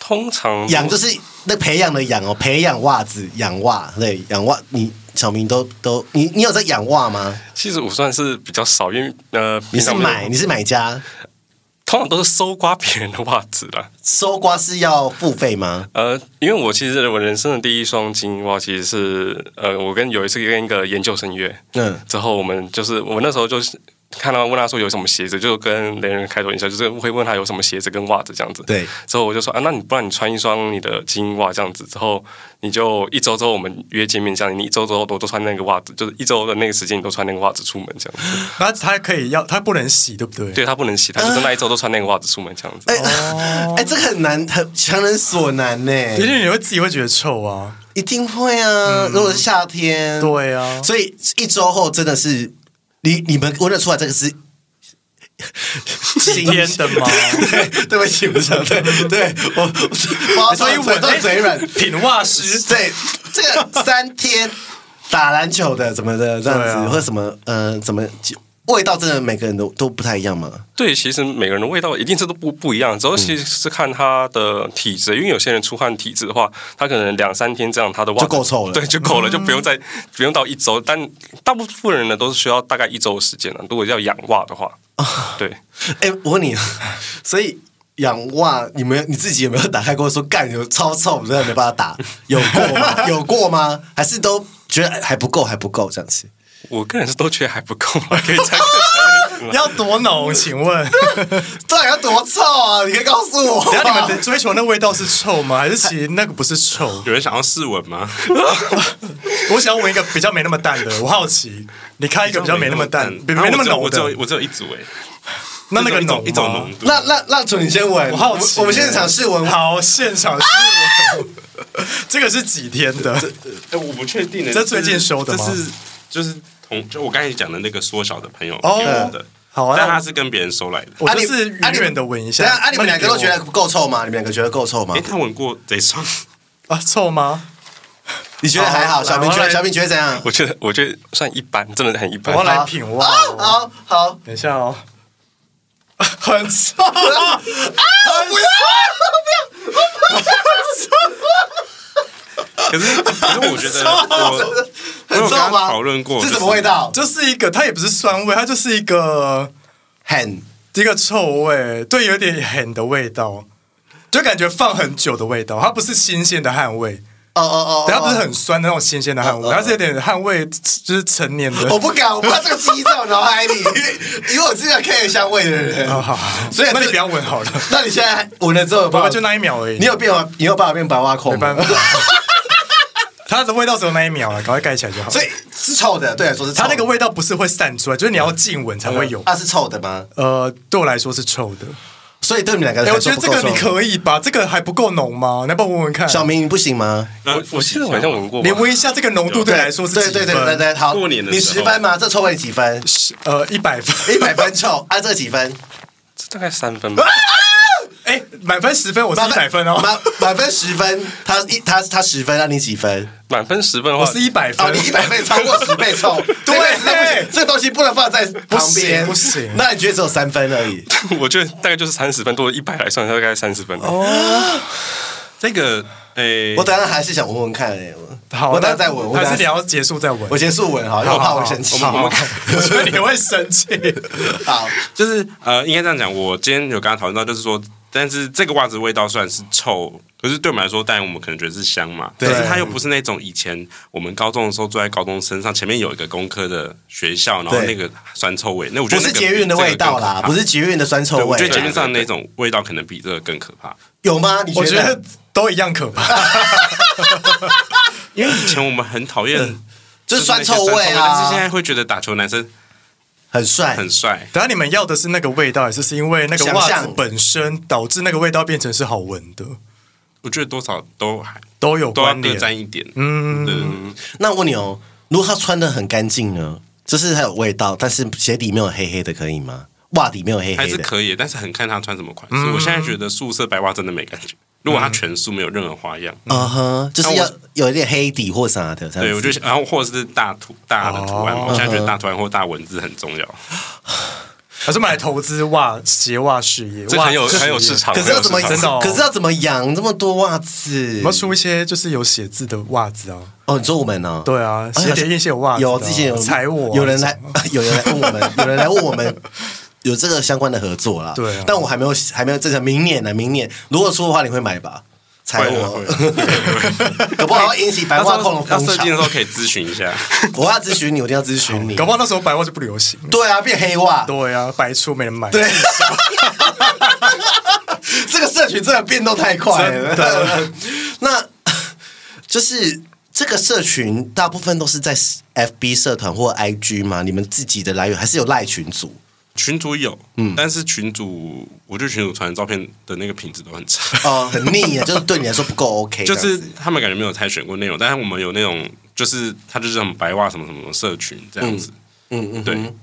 通常养就是那培养的养哦，培养袜子，养袜，对，养袜。你小明都都，你你有在养袜吗？其实我算是比较少，因为呃，你平是常没有买，你是买家，通常都是搜刮别人的袜子啦。搜刮是要付费吗？呃，因为我其实我人生的第一双金袜其实是呃，我跟有一次跟一个研究生约，嗯，之后我们就是我那时候就是看到问他说有什么鞋子，就跟雷人开头一下，就是会问他有什么鞋子跟袜子这样子。对，之后我就说啊，那你不然你穿一双你的精英袜这样子，之后你就一周之后我们约见面这样，你一周之后都都穿那个袜子，就是一周的那个时间你都穿那个袜子出门这样子。然后他可以要，他不能洗，对不对？对他不能洗，他就是那一周都穿那个袜子出门这样子。哎、哦哎，这个很难，很强人所难呢、因为你会自己会觉得臭啊，一定会啊，如果是夏天，嗯对啊，所以一周后真的是你你们闻得出来这个 是今新天的 吗？对，对不起，我想对，对我 我所以我我到嘴软。哎品袜师 对，这个三天打篮球的怎么的这样对子，啊或什么呃怎么味道，真的每个人都都不太一样嘛。对，其实每个人的味道一定是都不不一样，主要其实是看他的体质，因为有些人出汗体质的话，他可能两三天这样，他的袜子就够臭了对，就够了，就不用再不用到一周。但大部分人呢都是需要大概一周的时间了，啊如果要养袜的话，对，哎，我问 你，所以养袜，你们你自己有没有打开过说干有超臭，真的没办法 打？有过吗？有过吗？还是都觉得还不够，还不够这样子？我个人是都觉得还不够了，可以再要多浓？请问，到底要多臭啊？你可以告诉我等一下你们啊。的追求那味道是臭吗？还是其实那个不是臭？有人想要试吻吗？我想要闻一个比较没那么淡的，我好奇，你 开一个比较没那么 淡，没然后没那么啊我浓只有我的只有，我只有一组哎，那那个一浓种吗一种浓，度，那那那准你先闻，我好们奇我们现场试闻，好，现场试闻，这个是几天 的？哎，我不确定欸，这最近收的这吗是就是同就我刚才讲的那个缩小的朋友给哦我的，好啊但那他是跟别人收来的。我啊就你是啊远你远的闻一下。等下啊，你们两个都觉得那你给不够臭吗？你们两个觉得够臭吗哎，？他闻过这 一双，我啊臭吗？你觉得还好？好小明觉来得我来小明觉得怎样？我觉得我觉得算一般，真的很一我般。要来品味。哦好好，等一下哦， 很臭，可是可是 我觉得我很我有臭跟他吗？讨论过是就什是么味道？就是一个，它也不是酸味，它就是一个很一个臭味，对，有点狠的味道，就感觉放很久的味道。它不是新鲜的汗味，哦哦哦，它不是很酸的那种新鲜的汗哦味，哦它是有点汗味，就是成年的。我不敢，我不知道这个记忆在我脑海里，因为因为我是个 care 香味的人。啊，好，好所以那这你不要 闻好了，那你现在闻了之后有爸办爸法，就那一秒而已，你有变化，你有办法变白袜没控吗办？法。 它的味道只有那一秒了，啊赶快盖起来就好。所以是臭的，对来说是臭的它那个味道不是会散出来，就是你哦要近闻才会有。啊是臭的吗？呃，对我来说是臭的。所以对你们两个哎、人来我说觉不得这够臭，个你可以吧？这个还不够浓吗？你要不要闻闻看？小明你不行吗？我我记得我好像闻过吧你，闻一下这个浓度对你来说是对几分？对对对对，好，过年的你时候十分吗？这臭味几分？是呃，一百分。一百分臭，啊这几分？大概三分吧。哎、满分十分，我是一百分哦，满满分十分，他一他他十分，那你几分？满分十分的话，我是一百哦，分你。一百倍超过十倍臭，对这个不行这个东西不能放在旁边，不行那你觉得只有三分而已？ 我觉得大概就是三十分，多一百来算，大概三十分。哦，这个诶，我等下还是想闻闻看诶，我好，我等那下再闻，我还等是你下要结束再闻我。结束闻好，因为我怕我生气。好好好 我觉得你会生 气。好，就是呃，应该这样讲，我今天有跟他讨论到，就是说，但是这个袜子味道虽然是臭，可是对我们来说，当然我们可能觉得是香嘛，对可是它又不是那种以前我们高中的时候坐在高中身上，前面有一个工科的学校，然后对那个酸臭味，那我觉不得是那个捷运的比这个味道啦更可，怕不是捷运的酸臭对，味。我觉得节目上那种味道可能比这个更可怕。有吗？你我觉觉得都一样可怕。因为以前我们很讨 厌就是酸臭那些味酸但是现在啊，会觉得打球男生很帅，很帅。 等下你们要的是那个味道，还是是因为那个想袜子象本身导致那个味道变成是好闻的，我觉得多少都还都有都要关各联。沾一点，嗯，对对对那我问你哦，如果他穿的很干净呢？就是还有味道，但是鞋底没有黑黑的，可以吗？袜底没有黑还黑是的，嗯可以，但是很看他穿什么款式。我现在觉得素色白袜真的没感觉，如果他全素没有任何花样，嗯哼，就是要有一点黑底或啥的。这样对子我就想然后或者是大图大的图案哦嘛，我现在觉得嗯大图案或大文字很重要。 还是买来投资袜鞋袜事业，这袜很有子事业很有市。场。可是要怎么很有市真场的哦可是要怎么养这么多袜子我们？要出一些就是有写字的袜子啊，哦，你说我们呢？对啊，哎呀鞋底印是有袜子的啊，有之前有踩我啊，有人来， 有人来问我们，有人来问我 们。有这个相关的合作啦，对啊但我还没有还没有这个明年呢，明年如果出的话，你会买吧？踩我会，会会 可不好引起白到时袜控候龙要风设潮计。的时候可以咨询一 下。我要咨询你，我一定要咨询你搞。不好那时候白袜就不流行。对啊，变黑袜，对啊，白出没人买。对，这个社群真的变动太快真了。 那就是这个社群大部分都是在 FB 社团或 IG 嘛，你们自己的来源还是有赖群组。群主有，嗯但是群主，我觉得群主传的照片的那个品质都很差，哦，很腻耶，就是对你来说不够 OK，就是这样子他们感觉没有太选过内容，但是我们有那种，就是他就是什么白袜什么什么什么社群这样子，嗯嗯，对，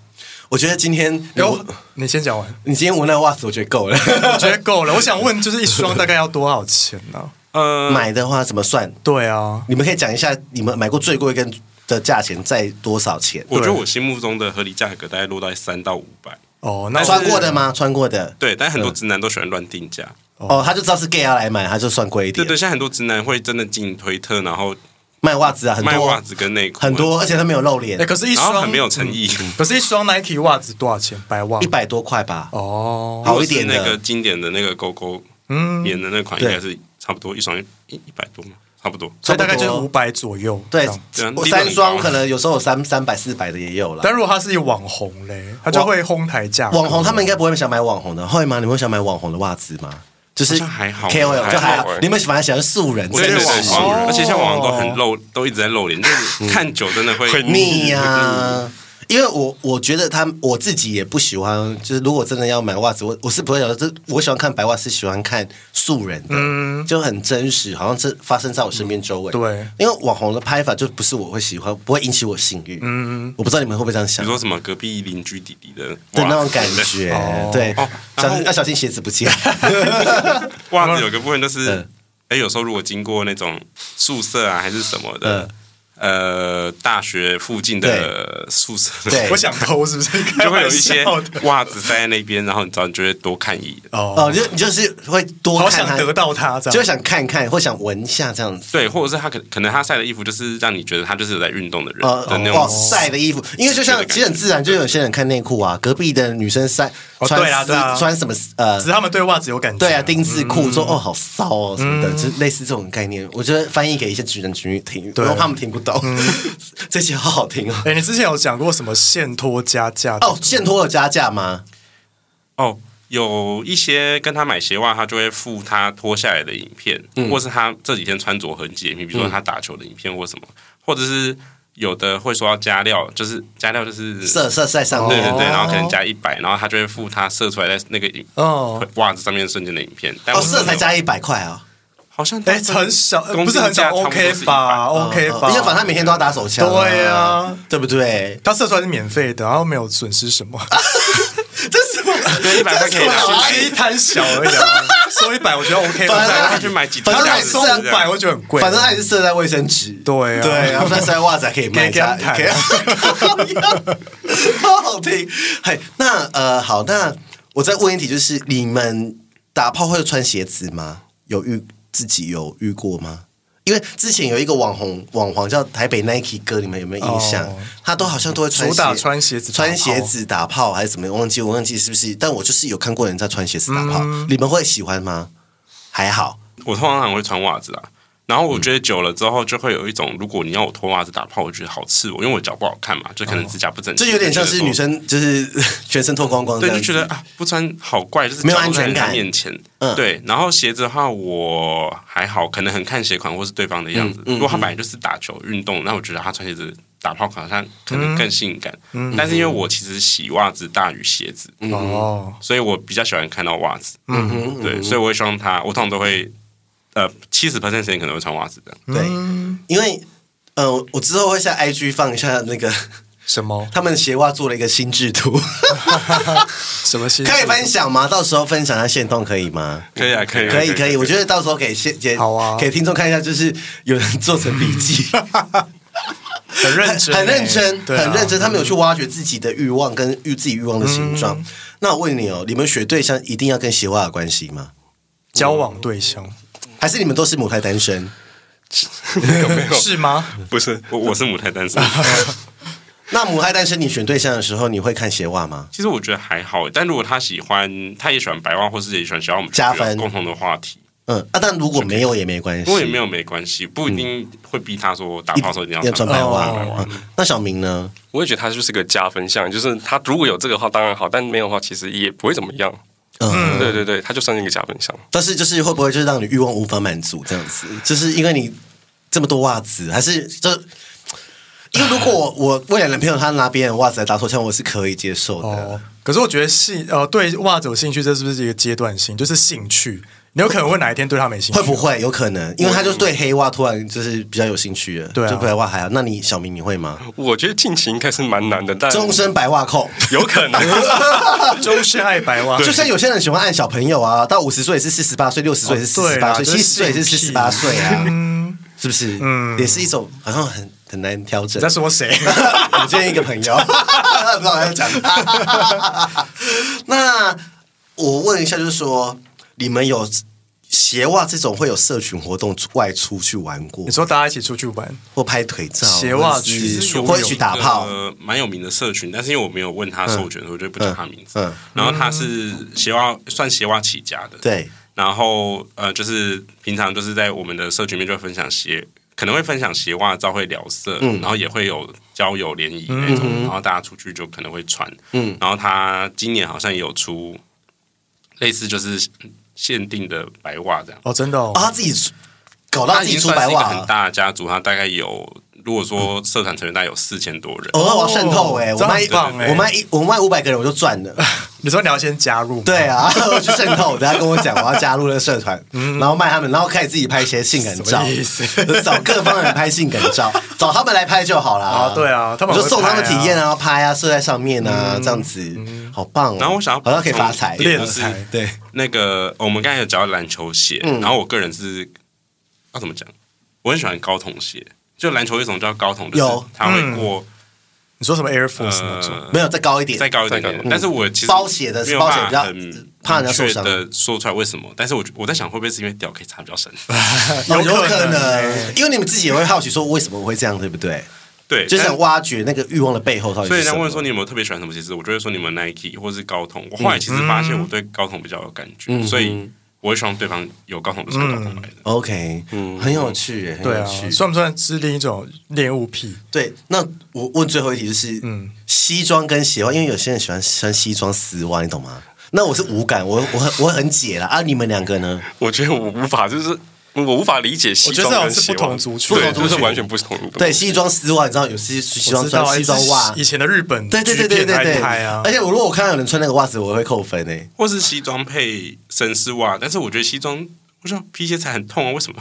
我觉得今天哎有有你先讲完，你今天闻那袜子，我觉得够了。 我觉得够了。我想问，就是一双大概要多少钱呢？呃，买的话怎么算？对啊，你们可以讲一下你们买过最贵跟的价钱在多少钱？我觉得我心目中的合理价格大概落在三到五百，哦，那穿过的吗？穿过的。对，但很嗯多直男都喜欢乱定价，哦，他就知道是 gay 要来买，他就算贵一对点。对，现在很多直男会真的进推特，然后卖袜子啊，很卖袜多子跟内裤，啊很，多，嗯而且他没有露脸哎，，可是一然后双很没有诚意。 可是一双 Nike 袜子多少钱？白袜一百多块吧。哦，好一点如果是那个的，经典的那个勾勾嗯，棉的那款，应该是差不多一双一一百多嘛，差不多。所以大概就是差不五多百左右。对这样，这样我利润三双高可能有时候有三三百四百的也有了。但如果他是一网红嘞，他就会哄抬价格。网红他们应该不会想买网红的，会吗？你们会想买网红的袜子吗？就是好像还好欸 KOL 就还还好好，你们反而想要素人，我真觉的得是网红网红人，而且像网红都很露，都一直在露脸，就是看久真的会会哦嗯腻啊呀、因为我我觉得他我自己也不喜欢，就是如果真的要买袜子，我我是不会讲的。这我喜欢看白袜，是喜欢看素人的，就很真实，好像这发生在我身边周围。对，因为网红的拍法就不是我会喜欢，不会引起我性欲。嗯，我不知道你们会不会这样比想如，说什么隔壁邻居弟弟的对袜那子种感觉，对，哦然小后心要小心鞋子不见。袜子有个部分就是，哎嗯、有时候如果经过那种宿舍啊，还是什么嗯的，呃，大学附近的宿舍，对我想偷是不是？ 就会有一些开 玩笑的袜子塞在那边，然后你知道，你就会多看一眼。哦，哦，就你就是会多好看想他，得到他这就样。想看看或想闻一下这样子。对，或者是他可可能他晒的衣服就是让你觉得他就是有在运动的人呃的那，哇种，晒的衣服，因为就像这个感觉其实很自然，就有些人看内裤啊，隔壁的女生晒哦穿对啊丝对啊穿什么呃只是，他们对袜子有感觉。对啊，丁字裤说哦好骚哦什么的，就是类似这种概念。我觉得翻译给一些直男直女听，对然后他们听不懂， 这些好好听哦。哎，你之前有讲过什么现脱加价的哦，现脱有加价吗？哦，有一些跟他买鞋袜，他就会附他脱下来的影片，嗯或是他这几天穿着痕迹的影片，比如说他打球的影片或什么，或者是有的会说要加料，就是加料就是色色在上对面，对对，哦然后可能加一百，然后他就会附他射出来在那个影哦，袜子上面瞬间的影片，但哦我没有色才加一百块啊，好像哎，很少，呃公不定是很价少差不多是，OK 吧？OK 吧？哦嗯因为反正他每天都要打手枪，对啊，对不对？ 他射出来是免费的，然后没有损失什么。这是 对，一百块可以拿。只是一摊小而已啊，收一百我觉得 OK 了。反正带他他去买几反条正他袜还子是收五百，我觉得很贵。反正它也是设在卫生纸。对啊对啊，然后那塞袜子还可以卖价，可可以以给他 好好听。嘿，那呃，好，那我再问一题，就是你们打炮会穿鞋子吗？有遇自己有遇过吗？因为之前有一个网红网黄叫台北 Nike 哥，你们有没有印象？哦他都好像都会穿主打穿鞋子打炮穿鞋子打炮还是怎么样？忘记我忘记是不是？但我就是有看过人在穿鞋子打炮，嗯你们会喜欢吗？还好，我通常很会穿袜子啊。然嗯后我觉得久了之后，就会有一种，如果你要我脱袜子打炮，我觉得好刺我，因为我脚不好看嘛，就可能指甲不整嗯齐，这有点像就是觉得女说，生就是 全身脱光光这对，样就子，觉得啊，不穿好怪，就是没有脚安在人全家感面前嗯。对，然后鞋子的话，我还好，可能很看鞋款或是对方的样嗯子。如果他本来就是打球运动，那我觉得他穿鞋子打炮好像可能更性感。嗯但是因为我其实洗袜子大于鞋子，哦，所以我比较喜欢看到袜子。嗯，对，所以我会希望他，我通常都会，呃，七十 percent 时间可能会穿袜子的。对，因为呃，我之后会在 IG 放一下那个什么他们鞋袜做了一个心智图，什么星？可以分享吗？到时候分享一下限动可以吗？可以啊，可以啊，可以可以，我觉得到时候给先给好啊给听众看一下，就是有人做成笔记，很认真欸，很认真，对啊很认真，他们有去挖掘自己的欲望跟欲自己欲望的形状。那我问你哦，你们选对象一定要跟鞋袜有关系吗？交往 对象还是你们都是母胎单身？有没有？是 吗？啊不是，我我是母胎单身，那母胎单身，你选对象的时候，你会看鞋袜吗？其实我觉得还好。但如果他喜欢，他也喜欢白袜，或是也喜欢小袜，我们就加觉得分共同的话题。嗯啊，但如果没有也没关系，如果也没有没关嗯系，不一定会逼他说打炮的时候一定要要穿穿白袜、哦嗯那小明呢？我也觉得它就是个加分项，就是它如果有这个的话当然好，但没有的话其实也不会怎么样。嗯，对对对，它就算是一个加分项。但是就是会不会就是让你欲望无法满足这样子？就是因为你这么多袜子，还是就因为如果我我未来男朋友他拿别人的袜子来打手枪，我是可以接受的。哦，可是我觉得兴呃对袜子有兴趣，这是不是一个阶段性？就是兴趣，你有可能会哪一天对他没兴趣，会不？会有可能？因为他就是对黑袜突然就是比较有兴趣了，对啊就白袜还好。那你小明你会吗？我觉得近期应该是蛮难的，但终身白袜控，有可能。终身爱白袜，啊就像有些人喜欢按小朋友啊，到五十岁也是四十八岁，六十岁也是哦四对十八啦岁，就是七十岁也是四性十癖八岁啊，是不是？嗯，也是一种好像很很难调整你 在。说谁？我见一个朋友，不知道我要讲他。那我问一下，就是说你们有鞋袜这种会有社群活动外出去玩过你，说大家一起出去玩，或拍腿照、鞋袜或者其实是有或一起打炮？呃，蛮有名的社群，但是因为我没有问他授权，所以我就不叫他名字。嗯嗯嗯然后他是鞋袜，算鞋袜起家的，对，然后呃，就是平常就是在我们的社群里面就会分享鞋，可能会分享鞋袜照，会聊色，嗯然后也会有交友联谊那种，然后大家出去就可能会穿。嗯，然后他今年好像也有出类似就是限定的白袜这样，哦，真的哦哦，，他自己搞到他自已己经出算白是一个袜啊很了。大的家族，他大概有如果说社团成员大概有四千多人。哦，我要渗透哎、哦我卖这样很棒欸我卖一我卖五百个人我就赚 了。你说你要先加入，对，啊， 我去渗透，等下跟我讲，我要加入那个社团，然后卖他们，然后开始自己拍一些性感嗯什照么意思，找各方人拍性感 照，找他们来拍就好了。啊对啊他们我很就送他们会拍啊嗯体验啊，拍啊，射在上面啊，这样子，好棒哦。然后我想要好像可以发财，补充一点练就是财对，那个哦我们刚才有讲到篮球鞋，然后我个人是要怎么讲？我很喜欢高筒鞋，就篮球有一种叫高筒，就是有它会过、你嗯说什么 Air Force 那种，呃没有再高一点再，高一点点再，但是我其实包鞋的没有包办鞋比较法很怕人家受伤的说出来为什么，但是我我在想会不会是因为屌可以插比较深，哦有有可可哎能，因为你们自己也会好奇说为什么我会这样，对不对？对，就哎但想挖掘那个欲望的背后到底所以是人什家么。问说你有没有特别喜欢什么鞋子，我就会说你们 Nike 或是高筒。我后来其实嗯发现我对高筒比较有感觉，所以我会希望对方有高筒嗯就穿高筒买的。 OK，很嗯有趣耶，很对有啊，趣。算不算是另一种恋物癖？对，那我问最后一题就是，嗯，西装跟鞋袜，因为有些人喜欢穿西装丝袜，你懂吗？那我是无感，我我很我很解啦。啊，你们两个呢？我觉得我无法，就是我无法理解西我觉得装这好跟像是鞋不袜同族群对，不同就族是群完全不同的。对，西装丝袜，你知道有些西我装知道啊哎穿西装袜以，前的日本对对对对对哎对，拍 啊而，且我如果我看到有人穿那个袜子，我会扣分欸诶。或是西装配绅士袜，但是我觉得西装，我想皮鞋才很痛啊，为什么？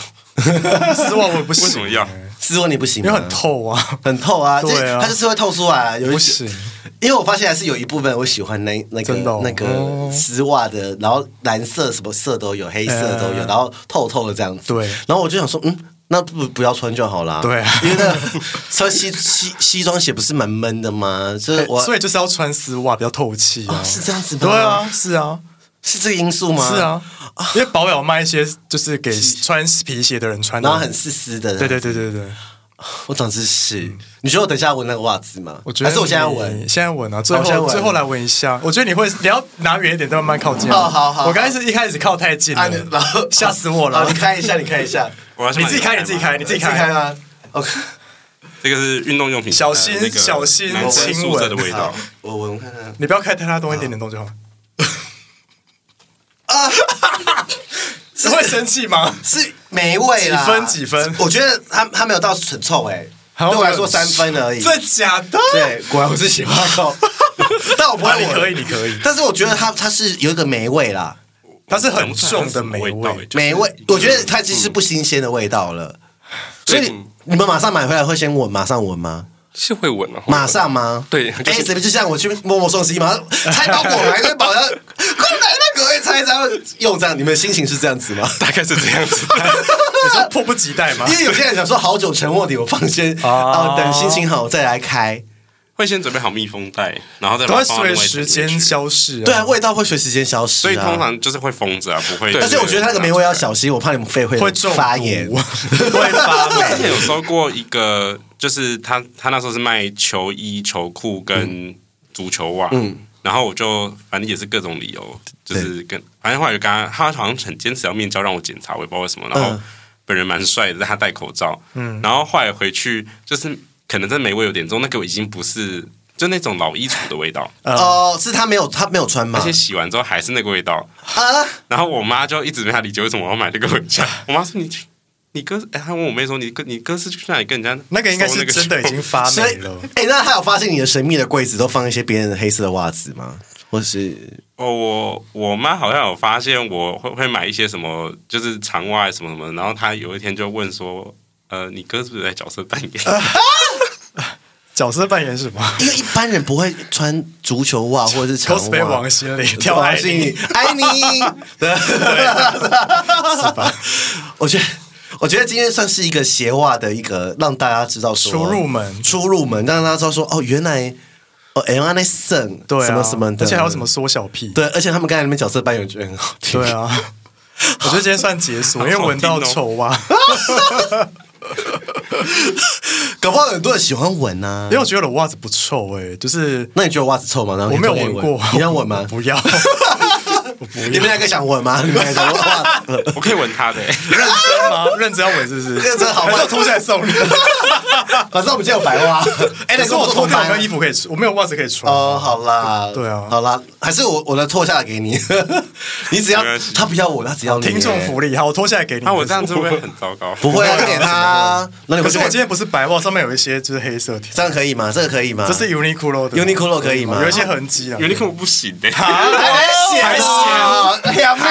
丝袜我也不为行，什么要？斯文你不行因为吗？很，透啊，很透啊，对啊就是它就是会透出来。啊有一不些行，因为我发现还是有一部分我喜欢那那个、真的哦那个丝袜的，然后蓝色什么色都有，黑色都有，嗯然后透透的这样子。对然后我就想说，嗯，那不不要穿就好啦。对啊因为那个 穿西西西装鞋不是蛮闷的吗？就是我。哎 所以就是要穿丝袜比较透气啊哦，。是这样子吗？对啊，，是啊，是这个因素吗？是，啊，因为保养卖一些就是给穿皮鞋的人穿的，然后很湿湿的。对对对对对，我长知识。你觉得我等一下闻那个袜子吗？我觉得还是我现在你 闻。现在闻啊，最我现在后闻最后来闻一下。我觉得你会，你要拿远一点，再慢慢靠近。啊好好好我刚开始一开始靠太近啊，了你，然后 吓死我好了你。开一下，你开一下， 我要先你把自己开，吗你自己开，你自自己己开啊开。吗？OK，这个是运动用品，小心呃那个小心男生亲宿舍吻的味道好。，我闻看看。你不要开太大洞，一点点洞就 好。啊！啊会生气吗？是没味啦，几分几分我觉得他他没有到很臭哎、好对我来说三分而已。真的假的？对，果然我是喜欢 臭，但我不啊会你闻。可以，你可以。但是我觉得它它是有一个霉味啦，它是很重的霉霉味，就是霉味，我觉得它其实是不新鲜的味道了。所以你嗯你们马上买回来会先闻，马上闻吗？是会闻啊，马上吗？对哎、就是怎么就像我去摸摸双十一， 马上拆包裹来，再保要快来那个会拆，然后用这样，你们心情是这样子吗？大概是这 样子。你说迫不及待吗 因？为有些人想说好久沉卧底，我放先，哦哦，等心情好再来开。会先准备好密封袋，然后再都把会它放到另随外一时层间进去消逝。对啊，，味道会随时间消失、啊，所以通。常就是会封着啊，不会。对但是我觉得它那个霉味要小心，我怕你们肺会会中毒。发炎 会发之前霉。有收过一个，就是他他那时候是卖球衣、球裤跟足球袜，嗯，然后我就反正也是各种理由，就是跟反正后来就跟他，他好像很坚持要面交让我检查，我也不知道为什么。然后嗯本人蛮帅的，但他戴口罩，嗯，然后后来回去就是可能真霉味有点重，那个已经不是就那种老衣橱的味 道， 哦，是他没有，他没有穿而吗且？洗完之后还是那个味道，啊，然后我妈就一直没法理解为什么我要买这个回 家。我妈说你你哥，哎、她问我妹说你哥你哥是去哪里跟人家 那个应该收是球真的已经发所霉以了。，哎、那他有发现你的神秘的柜子都放一些别人的黑色的袜子吗？或是 哦，我我妈好像有发现我会会买一些什么，就是长袜什么什么，然后她有一天就问说，呃，你哥是不是在角色 扮演？角色扮演 是什 么因为一般人不会穿足球袜或者是长？cosplay 袜王。心凌跳啊 爱啊心你你，爱你， 对，是吧？我觉得。我觉得今天算是一个斜化的一个，让大家知道说出入门出入门，让大家知道说哦，原来哦，L N S 对啊，什么什么的，而且还有什么缩小屁？对，而且他们刚才那边角色扮演，我觉得很好听。对啊， 我觉得今天算解锁，因为闻到臭袜，哦搞不好很多人喜欢闻啊因。为我觉得我袜子不臭哎，就是那你觉得袜子臭吗？然后我没有哦你哎闻过，你要闻吗我？ 不要，你们两个想闻吗？你们两个想闻袜 子？我可以闻她的、欸认 真吗？认真要闻是不是？认真好吗还是我脱下来送你？反正我们今天有白 袜。 哎，可那是跟我脱同掉，我班没有衣服可以穿，我没有袜子可以穿。哦，好啦，嗯对啊好啦，还是我我来脱下来给你， 你只要没关系他不要我，他只要你耶听众福利，好，我脱下来给你。那、啊我这样子会不会很糟糕？不会啊，给他，那你可回是去我看今天不是白袜，上面有一些就是黑色条，这样可以吗？这个可以吗？这是 Uniqlo 的 Uniqlo 可以吗有一些痕迹啊，啊有点可不行 的、还在嫌哦，两妹，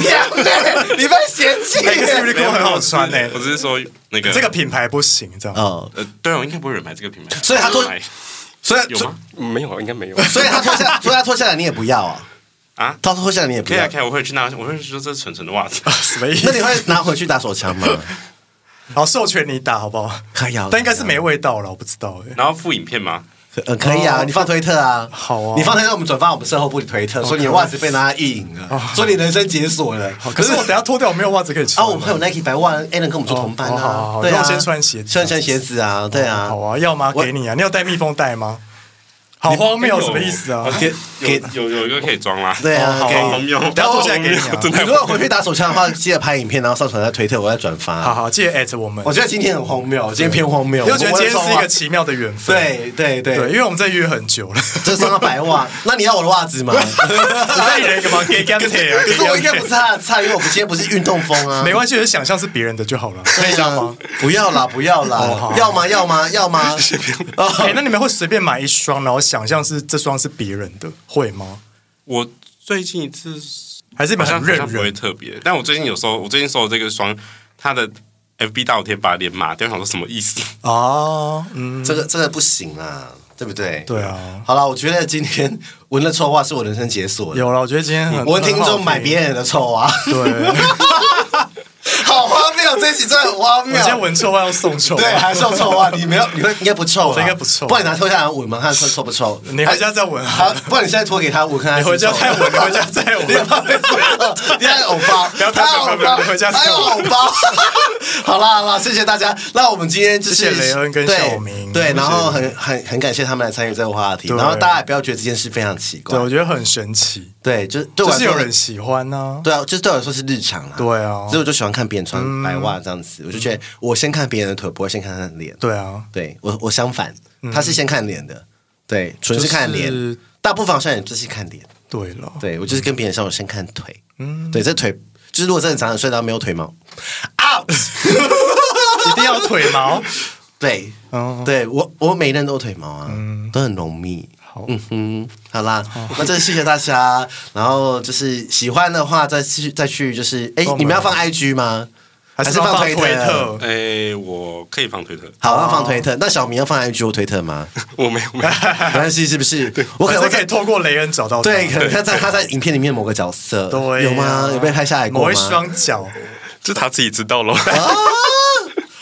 两妹，你被嫌弃哎可是 Uniqlo 很好穿诶 我。只是说那个这个品牌不行，这样。哦，呃，对啊，我应该不会有人买这个品牌，所以她都买所以有所吗？没有，应该没有。以所以他脱下，所以他脱下来你也不要啊，啊，他脱下来你也不可以啊，要可，以啊，我会去拿，我会说这是纯纯的 袜子。什么意思？那你会拿回去打手枪吗？好授权你打好不好？可以啊但应该是没味道了，我不知道哎。然后附影片吗？呃，可以啊，哦你放推特啊，好啊你放推特，我们转发我们售后部的推特，说你的袜子被拿来意淫了，说你人生解锁了。哦好，可是我等一下脱掉，我没有袜子可以啊，穿。我们还有 Nike 白袜，A 能跟我们做同伴哦好好啊，好对啊，那我先穿鞋子穿穿鞋子啊，对啊，好啊，要吗？我给你啊，你有带密封袋吗？好荒谬，什么意思啊？给给有有有一个可以装啦。哦对啊，好可好以。没有，等下脱下来给你啊 真你的如果回去打手枪的话，记得拍影片，然后上传在推特，我再转好发。好，记得 at 我们。我觉得今天很荒谬，今天偏荒谬，因为我觉得今天我不是会一说个话奇妙的缘分。对对对，对，因为我们在约很久了，这是双白袜，那你要我的袜 子吗？我在一人一个吗？给 g a 可 m 是可是我应该不是他的菜，因为我们今天不是运动风啊。没关系，我就想象是别人的就好了。可以这样吗？不要啦，不要啦哦好，要吗？要吗？要吗？啊哎，那你们会随便买一双，然后想象是这双是别人的，会吗？我最近一次还是你好们很像好像认不会人？特别，但我最近有时候，我最近收的这个霜，它的 FB 大头贴把脸码掉，想说什么意思？哦，嗯，这个这个不行啊，对不对？对啊，好了，我觉得今天闻了臭袜是我人生解锁的。有了，我觉得今天很我听众买别别人的臭袜， 对，好荒谬，这一集真的很荒我谬今。天闻臭袜要送臭，对，还臭臭袜，你没有，你会应该不臭我吧？应该不臭不然你拿脱下来闻闻看臭臭不臭？你回家再闻好好，不然你现在脱给他闻看看是你不哎回是臭家的。再闻，你回家再你闻。怕被抓你还偶包，不要不要不要不要回家还吃有藕包偶包。 好啦好啦，谢谢大家。那我们今天就是谢谢雷恩跟对小明对，谢谢然后很很很感谢他们来参与这个话题，对然后大家也不要觉得这件事非常奇对，怪，我觉得很神奇，对，就对我就来是说有人喜欢呢。对啊，就是对我来说是日常啦。对啊嗯所以我就喜欢看别人穿白袜这样子，我就觉得我先看别人的腿，不会先看他的脸。对啊，对我我相反，他是先看脸的，对，纯是看就脸是，大部分好像也就是看脸。对了，对我就是跟别人相处先看腿，嗯，对，这腿就是如果真的长很帅，然后没有腿毛，out，一定要腿毛。对，哦嗯对我我每一任都有腿毛啊，都很浓密。好嗯哼，好啦，那真的谢谢大家。然后就是喜欢的话，再去再去，就是哎帮我，们你们要放 IG 吗？还是还是放放推推特特？哦哎，我可以放推特，好，要放推特。那小明要放 IG 或推特 吗？我没有没有，没关系，是不是？我我可能可会是可以透过雷恩找到他对，可能他在他在影片里面某个角色，对啊，有吗？有被拍下来过某吗一？双脚，就他自己知道咯。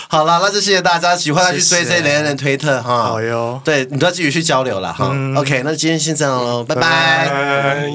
好啦，那就谢谢大家，喜欢他去追谢追谢雷恩的推特哈。好哟嗯对，你都要继续去交流了哈。OK，那今天先这样喽，拜拜。拜。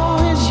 as you